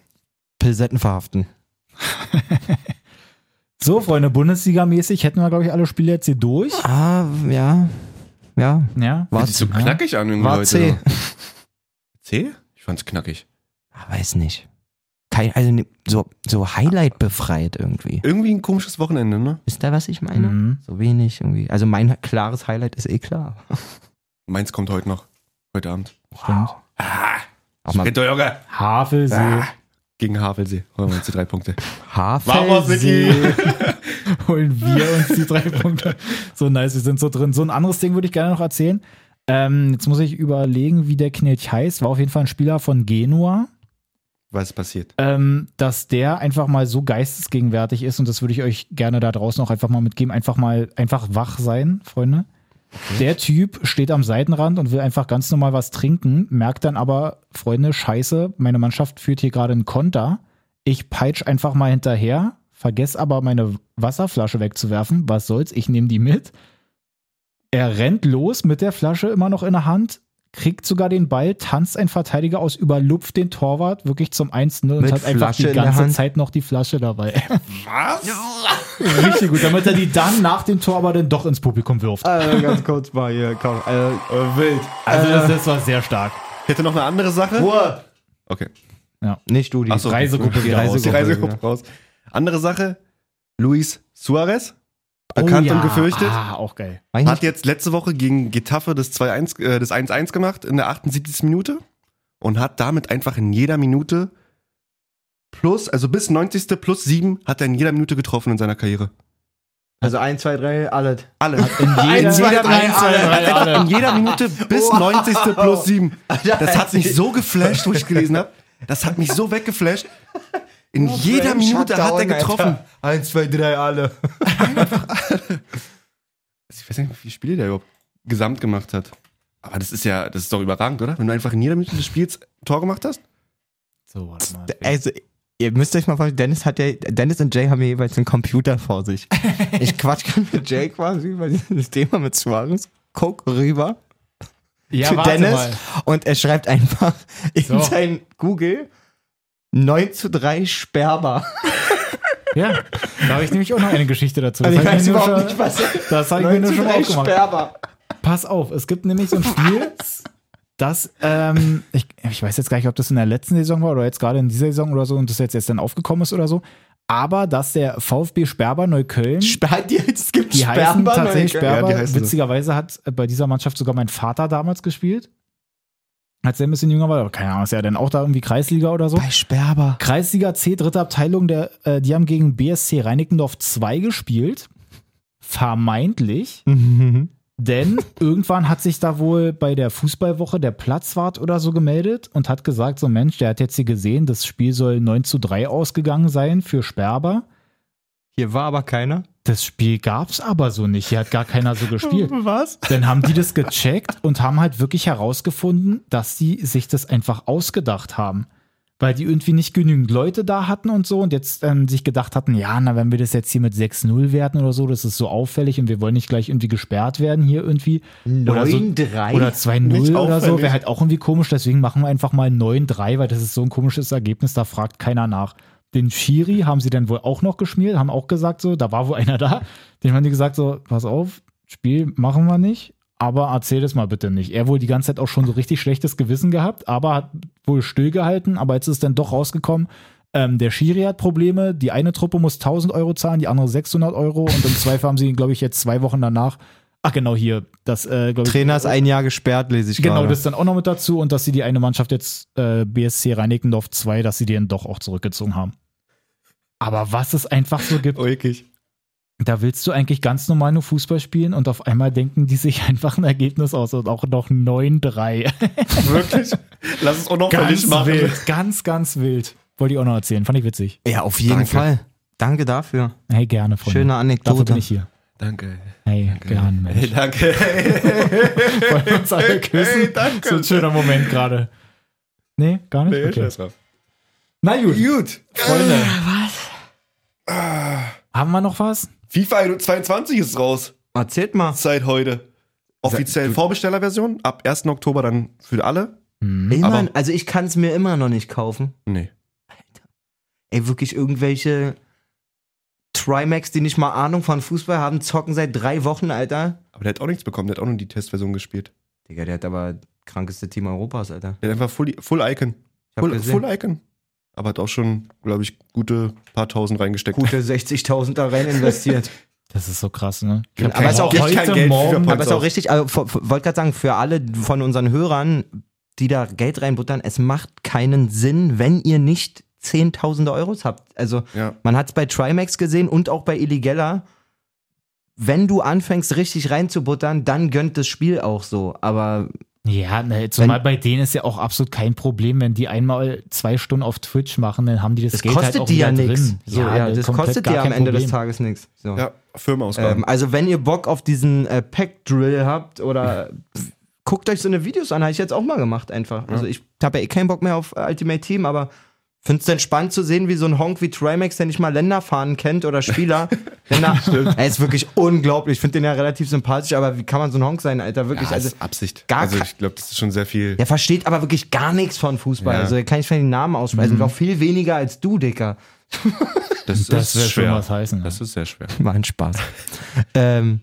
Pilsetten verhaften. So, Freunde, Bundesliga-mäßig hätten wir, glaube ich, alle Spiele jetzt hier durch. Ah, ja. Ja. Ja. War Sieht so knackig an irgendwie War heute. C. C? Ich fand's knackig. Ah, Weiß nicht. Kein, also ne- so, so Highlight befreit irgendwie. Irgendwie ein komisches Wochenende, ne? Wisst ihr, was ich meine? Mhm. So wenig irgendwie. Also mein klares Highlight ist eh klar. Meins kommt heute noch. Heute Abend. Stimmt. Auch mal Ritter Jogger Havelsee. Ah. gegen Havelsee. Holen wir uns die drei Punkte. Haarfellsee. holen wir uns die drei Punkte. So nice, wir sind so drin. So ein anderes Ding würde ich gerne noch erzählen. Ähm, jetzt muss ich überlegen, wie der Knilch heißt. War auf jeden Fall ein Spieler von Genua, Was ist passiert? ähm, dass der einfach mal so geistesgegenwärtig ist und das würde ich euch gerne da draußen auch einfach mal mitgeben. Einfach mal, einfach wach sein, Freunde. Mhm. Der Typ steht am Seitenrand und will einfach ganz normal was trinken, merkt dann aber, Freunde, scheiße, meine Mannschaft führt hier gerade einen Konter. Ich peitsch einfach mal hinterher, vergess aber meine Wasserflasche wegzuwerfen. Was soll's, ich nehme die mit. Er rennt los mit der Flasche immer noch in der Hand, kriegt sogar den Ball, tanzt ein Verteidiger aus, überlupft den Torwart wirklich zum 1-0 und Mit hat einfach Flasche die in der ganze Hand. Zeit noch die Flasche dabei. Was? Richtig gut, damit er die dann nach dem Tor aber dann doch ins Publikum wirft. Äh, ganz kurz mal hier, komm. Äh, wild. Also das, das war sehr stark. Ich hätte noch eine andere Sache. Okay. nicht du, die Ach so, Reisegruppe die wieder raus. Aus die Reisegruppe. Reisegruppe raus. Andere Sache, Luis Suarez, Oh bekannt und gefürchtet, Ah, auch geil. Mein hat jetzt letzte Woche gegen Getafe das 2-1, äh, das 1-1 gemacht in der 78. Minute und hat damit einfach in jeder Minute plus, also bis 90. plus 7 hat er in jeder Minute getroffen in seiner Karriere. also 1, 2, 3, alles. Alle. In jeder, zwei, drei, eins, zwei, drei, alle. In jeder Minute bis 90. plus 7. Das hat mich so geflasht, wo ich gelesen habe. Das hat mich so weggeflasht. In jeder Minute hat er getroffen. 1, 2, 3, alle. Also Ich weiß nicht, wie viele Spiele der überhaupt gesamt gemacht hat. Aber das ist ja, das ist doch überragend, oder? Wenn du einfach in jeder Minute des Spiels ein Tor gemacht hast. So, warte mal. Also, ihr müsst euch mal vorstellen, Dennis hat ja, Dennis und Jay haben ja jeweils einen Computer vor sich. Ich quatsch gerade mit Jay quasi über dieses Thema mit Suarez, guck rüber Ja, zu warte Dennis mal. und er schreibt einfach in So. sein Google 9 zu 3 Sperber. Ja, da habe ich nämlich auch noch eine Geschichte dazu. Das Also ich hab weiß mir nur überhaupt schon- nicht, was er Das habe ich mir 9 nur zu schon 3 aufgemacht. Sperber. Pass auf, es gibt nämlich so ein Spiel, das, ähm, ich, ich weiß jetzt gar nicht, ob das in der letzten Saison war oder jetzt gerade in dieser Saison oder so und das jetzt, jetzt dann aufgekommen ist oder so, aber dass der VfB Sperber Neukölln, Sperber, die, es gibt die heißen Sperber, tatsächlich Neukölln. Sperber, Ja, die heißen so. witzigerweise hat äh, bei dieser Mannschaft sogar mein Vater damals gespielt, als er ein bisschen jünger war, aber keine Ahnung, ist er denn auch da irgendwie Kreisliga oder so? Bei Sperber. Kreisliga C, dritte Abteilung, der, äh, die haben gegen BSC Reinickendorf 2 gespielt. Vermeintlich. Mhm. Denn irgendwann hat sich da wohl bei der Fußballwoche der Platzwart oder so gemeldet und hat gesagt, so Mensch, der hat jetzt hier gesehen, das Spiel soll 9 zu 3 ausgegangen sein für Sperber. Hier war aber keiner. Das Spiel gab's aber so nicht. Hier hat gar keiner so gespielt. Was? Dann haben die das gecheckt und haben halt wirklich herausgefunden, dass sie sich das einfach ausgedacht haben. Weil die irgendwie nicht genügend Leute da hatten und so und jetzt ähm, sich gedacht hatten, ja, na, wenn wir das jetzt hier mit 6-0 werten oder so, das ist so auffällig und wir wollen nicht gleich irgendwie gesperrt werden hier irgendwie. Oder so, 9-3? oder Nicht 2-0 oder so, auffällig. wäre halt auch irgendwie komisch, deswegen machen wir einfach mal 9-3, weil das ist so ein komisches Ergebnis, da fragt keiner nach. Den Schiri haben sie dann wohl auch noch geschmiert, haben auch gesagt so, da war wohl einer da, den haben die gesagt so, pass auf, Spiel machen wir nicht, aber erzähl das mal bitte nicht. Er wohl die ganze Zeit auch schon so richtig schlechtes Gewissen gehabt, aber hat wohl stillgehalten, aber jetzt ist dann doch rausgekommen, ähm, der Schiri hat Probleme, die eine Truppe muss 1000 Euro zahlen, die andere 600 Euro und im Zweifel haben sie, glaube ich, jetzt zwei Wochen danach, ach genau hier, das, äh, glaube ich, Trainer ist ein Jahr gesperrt, lese ich Genau, gerade. das dann auch noch mit dazu und dass sie die eine Mannschaft jetzt äh, BSC Reinickendorf 2, dass sie den doch auch zurückgezogen haben. Aber was es einfach so gibt, Ulkig. da willst du eigentlich ganz normal nur Fußball spielen und auf einmal denken die sich einfach ein Ergebnis aus und auch noch 9-3. Wirklich? Lass es unauffällig Ganz machen. wild, ganz, ganz wild. Wollte ich auch noch erzählen, fand ich witzig. Ja, auf jeden Danke. Fall. Danke dafür. Hey, gerne, Freunde. Schöne Anekdote. Dafür bin ich hier. Danke. Hey, gerne, Hey, Mensch. danke. Wollen uns alle küssen? Hey, danke. So ein schöner Moment gerade. Nee, gar nicht? Nee, okay. scheiß drauf. Na gut, Gut. Freunde. Haben wir noch was? FIFA 22 ist raus. Erzählt mal. Seit heute. Offiziell Vorbestellerversion. Ab 1. Oktober dann für alle. Hm, Immer, Aber- also ich kann es mir immer noch nicht kaufen. Nee. Ey, wirklich irgendwelche Trimax, die nicht mal Ahnung von Fußball haben, zocken seit drei Wochen, Alter. Aber der hat auch nichts bekommen. Der hat auch nur die Testversion gespielt. Digga, der hat aber krankeste Team Europas, Alter. Der hat einfach Full, full Icon. Ich hab Full, gesehen. full Icon. Aber hat auch schon, glaube ich, gute paar Tausend reingesteckt. Gute 60.000 da rein investiert. Das ist so krass, ne? Ich Aber es ist auch- gibt kein Geld für Points aber ist auch aus. richtig, also, vor- vor- wollte gerade sagen, für alle von unseren Hörern, die da Geld reinbuttern, es macht keinen Sinn, wenn ihr nicht Zehntausende Euros habt. Also Ja. Man hat es bei Trimax gesehen und auch bei Illigella. Wenn du anfängst, richtig reinzubuttern, dann gönnt das Spiel auch so. Aber Ja, ne, zumal bei denen ist ja auch absolut kein Problem, wenn die einmal zwei Stunden auf Twitch machen, dann haben die das, das Geld kostet halt auch dir ja wieder drin. nichts. So, ja, ne, das komplett kostet gar dir am kein Ende des Problem. Tages nichts. So. Ja, Firmenausgaben. Ähm, also, wenn ihr Bock auf diesen äh, Pack-Drill habt oder pf, guckt euch so eine Videos an, habe ich jetzt auch mal gemacht einfach. Also, ich habe ja eh keinen Bock mehr auf äh, Ultimate Team, aber Findest du entspannt zu sehen, wie so ein Honk wie Trimax, der nicht mal Länderfahren kennt oder Spieler? Länder, er ist wirklich unglaublich. Ich finde den ja relativ sympathisch, aber wie kann man so ein Honk sein, Alter? Wirklich, Ja, also, ist Absicht. gar also kein- ich glaube, das ist schon sehr viel. der versteht aber wirklich gar nichts von Fußball. Ja. Mhm. Also, der kann ich von den Namen aussprechen. Noch viel weniger als du, Dicker. das Das wird schon was heißen. ne? Das ist sehr schwer. War ein Spaß. ähm,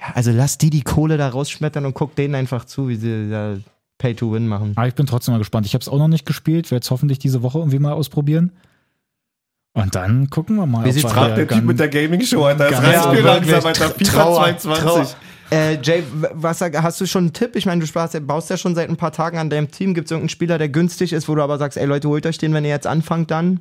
ja, also lass die die Kohle da rausschmettern und guck denen einfach zu, wie sie da Pay to Win machen. Aber Ah, ich bin trotzdem mal gespannt. Ich habe es auch noch nicht gespielt. Werde es hoffentlich diese Woche irgendwie mal ausprobieren. Und dann gucken wir mal. Wie ob sieht wir Frag Frag da der Typ ganz- mit der Gaming-Show, Alter. Das Ganz- reißt mir Ja, langsam, Also wirklich. Alter. Tra- FIFA Trauer, 22. Äh, Jay, w- was, sag- hast du schon einen Tipp? Ich meine, du sparst, baust ja schon seit ein paar Tagen an deinem Team. Gibt es irgendeinen Spieler, der günstig ist, wo du aber sagst, ey Leute, holt euch den, wenn ihr jetzt anfangt dann?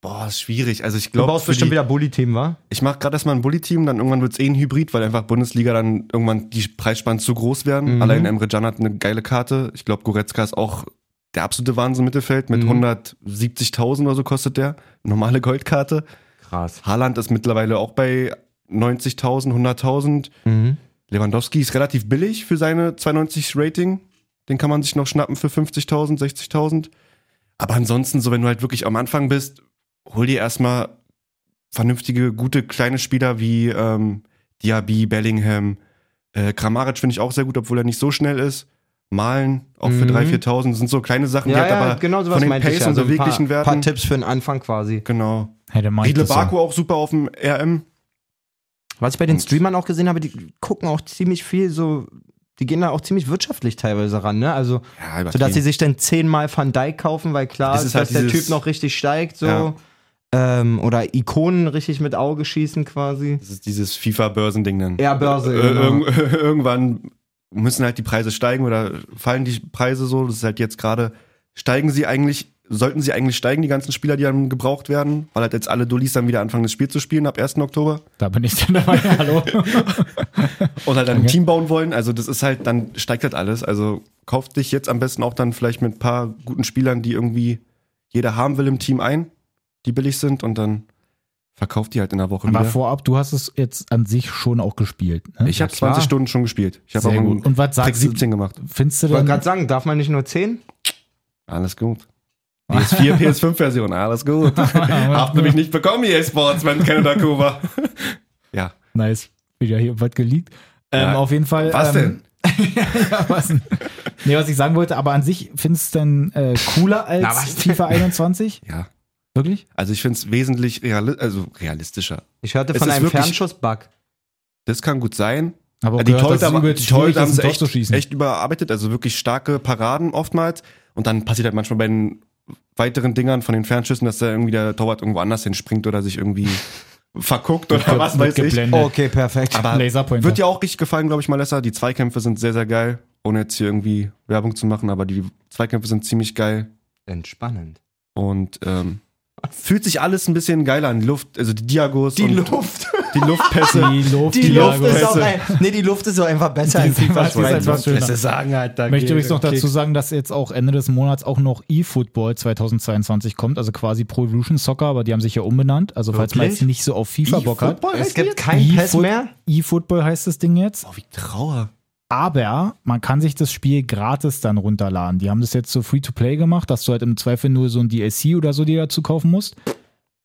Boah, ist schwierig. Also ich Du glaube, baust bestimmt wieder Bully-Team, wa? ich mache gerade erstmal ein Bully-Team, dann irgendwann wird es eh ein Hybrid, weil einfach Bundesliga dann irgendwann die Preisspannen zu groß werden. Mhm. Allein Emre Can hat eine geile Karte. Ich glaube, Goretzka ist auch der absolute Wahnsinn im Mittelfeld. Mit Mhm. 170.000 oder so kostet der. Normale Goldkarte. Krass. Haaland ist mittlerweile auch bei 90.000, 100.000. Mhm. Lewandowski ist relativ billig für seine 92 Rating. Den kann man sich noch schnappen für 50.000, 60.000. Aber ansonsten, so wenn du halt wirklich am Anfang bist, hol dir erstmal vernünftige, gute, kleine Spieler wie ähm, Diaby, Bellingham. Äh, Kramaric finde ich auch sehr gut, obwohl er nicht so schnell ist. Malen, auch für Mhm. 3.000, 4.000. Sind so kleine Sachen, die Ja, halt ja, aber genau sowas von den meinte ich. Pace und so ein paar, wirklichen Werten- paar Tipps für den Anfang quasi. Genau. Hey, der meint Riedle das ja. Baku auch super auf dem RM. Was ich bei den Streamern auch gesehen habe, die gucken auch ziemlich viel so, die gehen da auch ziemlich wirtschaftlich teilweise ran, ne? Also, Ja, sodass sie sich dann zehnmal Van Dijk kaufen, weil klar Das ist, ist halt dass der dieses- Typ noch richtig steigt, so. Ja. Ähm, oder Ikonen richtig mit Auge schießen quasi. Das ist dieses FIFA-Börsending dann. Ja, Börse. Äh, genau. irg irgendwann müssen halt die Preise steigen oder fallen die Preise so. Das ist halt jetzt gerade, steigen sie eigentlich, sollten sie eigentlich steigen, die ganzen Spieler, die dann gebraucht werden, weil halt jetzt alle Dullis dann wieder anfangen, das Spiel zu spielen ab 1. Oktober Da bin ich dann dabei. Hallo. und halt dann ein Danke. Team bauen wollen. Also das ist halt, dann steigt halt alles. Also kauft dich jetzt am besten auch dann vielleicht mit ein paar guten Spielern, die irgendwie jeder haben will im Team ein, die billig sind und dann verkauft die halt in der Woche Aber wieder. vorab, du hast es jetzt an sich schon auch gespielt. Ne? ich habe Ja, klar. 20 Stunden schon gespielt. Ich habe auch Sehr einen gut. Und was Trick sagst du? 17 gemacht. Findest du Ich wollte denn, gerade sagen, darf man nicht nur 10? Alles gut. PS4, PS5-Version, alles gut. Ah, Habt nämlich nicht bekommen, EA Sports, wenn Canada Cuba. ja. nice, wieder hier was geleakt. Ähm, Ja. Auf jeden Fall. Was ähm, ja, was denn? Nee, was ich sagen wollte, aber an sich findest du denn äh, cooler als FIFA 21? Ja. Wirklich? Also ich finde es wesentlich reali also realistischer. Ich hörte Es von ist einem wirklich- Fernschuss-Bug. das kann gut sein. Aber die gehört, dass Torhüter es haben- übelst die Torhüter schwierig haben ist, es ein Tor zu echt, schießen. echt überarbeitet, also wirklich starke Paraden oftmals. Und dann passiert halt manchmal bei den weiteren Dingern von den Fernschüssen, dass da irgendwie der Torwart irgendwo anders hinspringt oder sich irgendwie verguckt oder Wird- was wird weiß ich. geblendet. Okay, perfekt. Aber Laserpointer. Wird ja auch richtig gefallen, glaube ich, Malessa. Die Zweikämpfe sind sehr, sehr geil. Ohne jetzt hier irgendwie Werbung zu machen, aber die Zweikämpfe sind ziemlich geil. entspannend. Und ähm, fühlt sich alles ein bisschen geiler an. Die Luft, also die Diagos und Luft. die Luftpässe. die Luft, Die Luft ist Luftpässe. auch ein, Nee, die Luft ist auch einfach besser als Die FIFA Luft ist einfach schöner. 22. sagen halt, da Ich möchte übrigens noch geht- dazu sagen, dass jetzt auch Ende des Monats auch noch eFootball 2022 kommt, also quasi Pro Evolution Soccer, aber die haben sich ja umbenannt. Also falls man Wirklich? jetzt nicht so auf FIFA Bock hat. Es gibt keinen Pass E-Foot- mehr. eFootball heißt das Ding jetzt. Oh, wie Trauer. Aber man kann sich das Spiel gratis dann runterladen. Die haben das jetzt so Free-to-Play gemacht, dass du halt im Zweifel nur so ein DLC oder so dir dazu kaufen musst.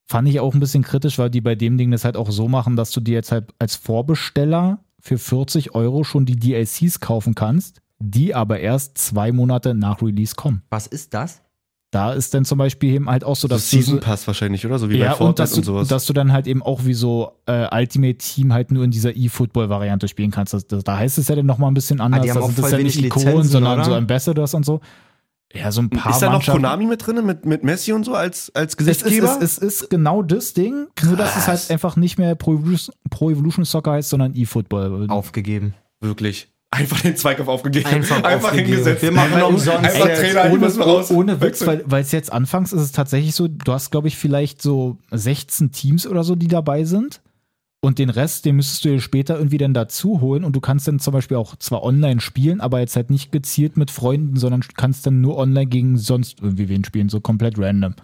Fand ich auch ein bisschen kritisch, weil die bei dem Ding das halt auch so machen, dass du dir jetzt halt als Vorbesteller für 40 Euro schon die DLCs kaufen kannst, die aber erst zwei Monate nach Release kommen. Was ist das? Da ist dann zum Beispiel eben halt auch so, So dass du so- Season Pass wahrscheinlich, oder? So wie ja, bei Fortnite und, und dass, du, sowas. dass du dann halt eben auch wie so äh, Ultimate Team halt nur in dieser E-Football-Variante spielen kannst. Das, das, da heißt es ja dann nochmal ein bisschen anders. Ah, die haben da auch sind das voll ja wenig nicht Ikonen, Lizenzen, sondern oder? so Ambassadors und so. Ja, so ein paar ist da noch Mannschaften. Konami mit drin, mit, mit Messi und so als, als es ist, Gesichtsgeber? es, ist, es ist genau das Ding, nur dass es halt einfach nicht mehr Pro Evolution, Pro Evolution Soccer heißt, sondern E-Football. Aufgegeben. Wirklich. Einfach den Zweikampf aufgegeben. Einfach aufgegeben. hingesetzt. Wir machen Einfach- umsonst Einfach jetzt. Trainer, die müssen ohne, raus. ohne Witz, Wechsel. weil weil es jetzt anfangs ist es tatsächlich so, du hast, glaube ich, vielleicht so 16 Teams oder so, die dabei sind. Und den Rest, den müsstest du dir später irgendwie dann dazu holen. Und du kannst dann zum Beispiel auch zwar online spielen, aber jetzt halt nicht gezielt mit Freunden, sondern kannst dann nur online gegen sonst irgendwie wen spielen, so komplett random.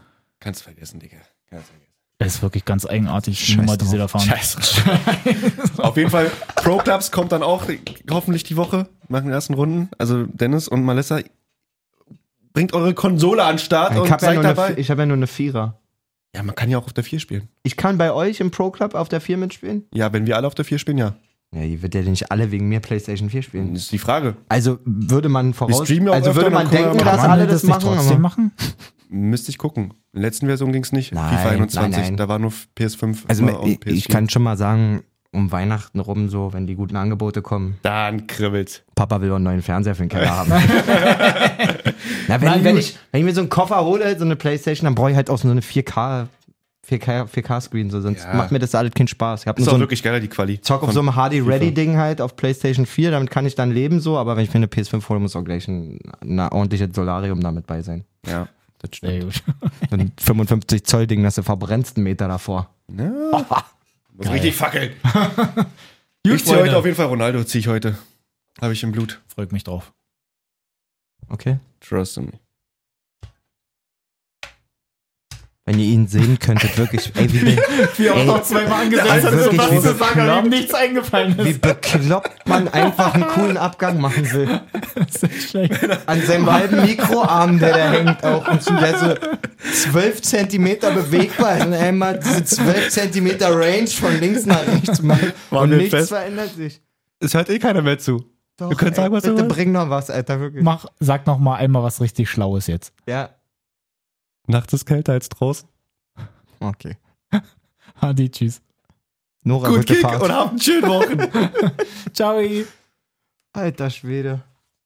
Kannst vergessen, Digga. Kannst vergessen. Das ist wirklich ganz eigenartig, die Nummer, die sie da fahren. Auf jeden Fall, Pro Clubs kommt dann auch hoffentlich die Woche nach den ersten Runden. Also Dennis und Malessa, bringt eure Konsole an den Start Ah, und Ich habe ja, seid nur dabei. eine- ich hab ja nur eine Vierer. ja, man kann ja auch auf der 4 spielen. Ich kann bei euch im Pro Club auf der 4 mitspielen? Ja, wenn wir alle auf der 4 spielen, ja. Ja, ihr wird ja nicht alle wegen mir PlayStation 4 spielen. Das ist die Frage. Also würde man voraus... Wir streamen ja auch also würde öfter, man dann können wir denken, mal- dass Kann man alle das, nicht machen, trotzdem aber machen? Müsste ich gucken. In der letzten Version ging es nicht. Nein, FIFA 21, nein, nein. da war nur PS5 also immer ich, ich kann schon mal sagen, um Weihnachten rum so, wenn die guten Angebote kommen, Dann kribbelt's. Papa will auch einen neuen Fernseher für den Keller haben. Na, wenn, Na wenn, gut. ich, wenn ich mir so einen Koffer hole, so eine Playstation, dann brauche ich halt auch so eine 4K 4K, 4K-Screen, so, sonst Ja. macht mir das alles keinen Spaß. Ich hab nur Ist so auch ein- wirklich geiler, die Quali. zock auf Von- so einem Hardy Ready Ding halt auf PlayStation 4, damit kann ich dann leben so, aber wenn ich mir eine PS5 hole, muss auch gleich ein, eine ordentliche Solarium damit bei sein. Ja, das stimmt. Sehr gut. Ein 55 Zoll Ding, dass du verbrennst einen Meter davor. Muss richtig fackeln. ich zieh heute auf jeden Fall Ronaldo, zieh ich heute. Habe ich im Blut. Freut mich drauf. Okay. Trust me. Wenn ihr ihn sehen könntet, wirklich, ey, wie, be Wir Ey, zweimal ey, hat, wirklich, was wie zu sagen, aber bekloppt. ihm nichts eingefallen wie ist. bekloppt man einfach einen coolen Abgang machen will. Das ist echt schlecht. An seinem halben Mikroarm, der da hängt, auch und so, der so 12 Zentimeter bewegbar Also ist und einmal diese 12 Zentimeter Range von links nach rechts macht. Waren Und wir nichts fest? verändert sich. Es hört eh keiner mehr zu. Doch, Ihr könnt sagen, was ihr bitte wollt. bring noch was, Alter, wirklich. Mach, sag noch mal einmal was richtig Schlaues jetzt. Ja, Nachts ist kälter als draußen. okay. Hadi, tschüss. Nora, Gut gute Kick Fahrt. und habt einen schönen Wochen. Ciao. Alter Schwede.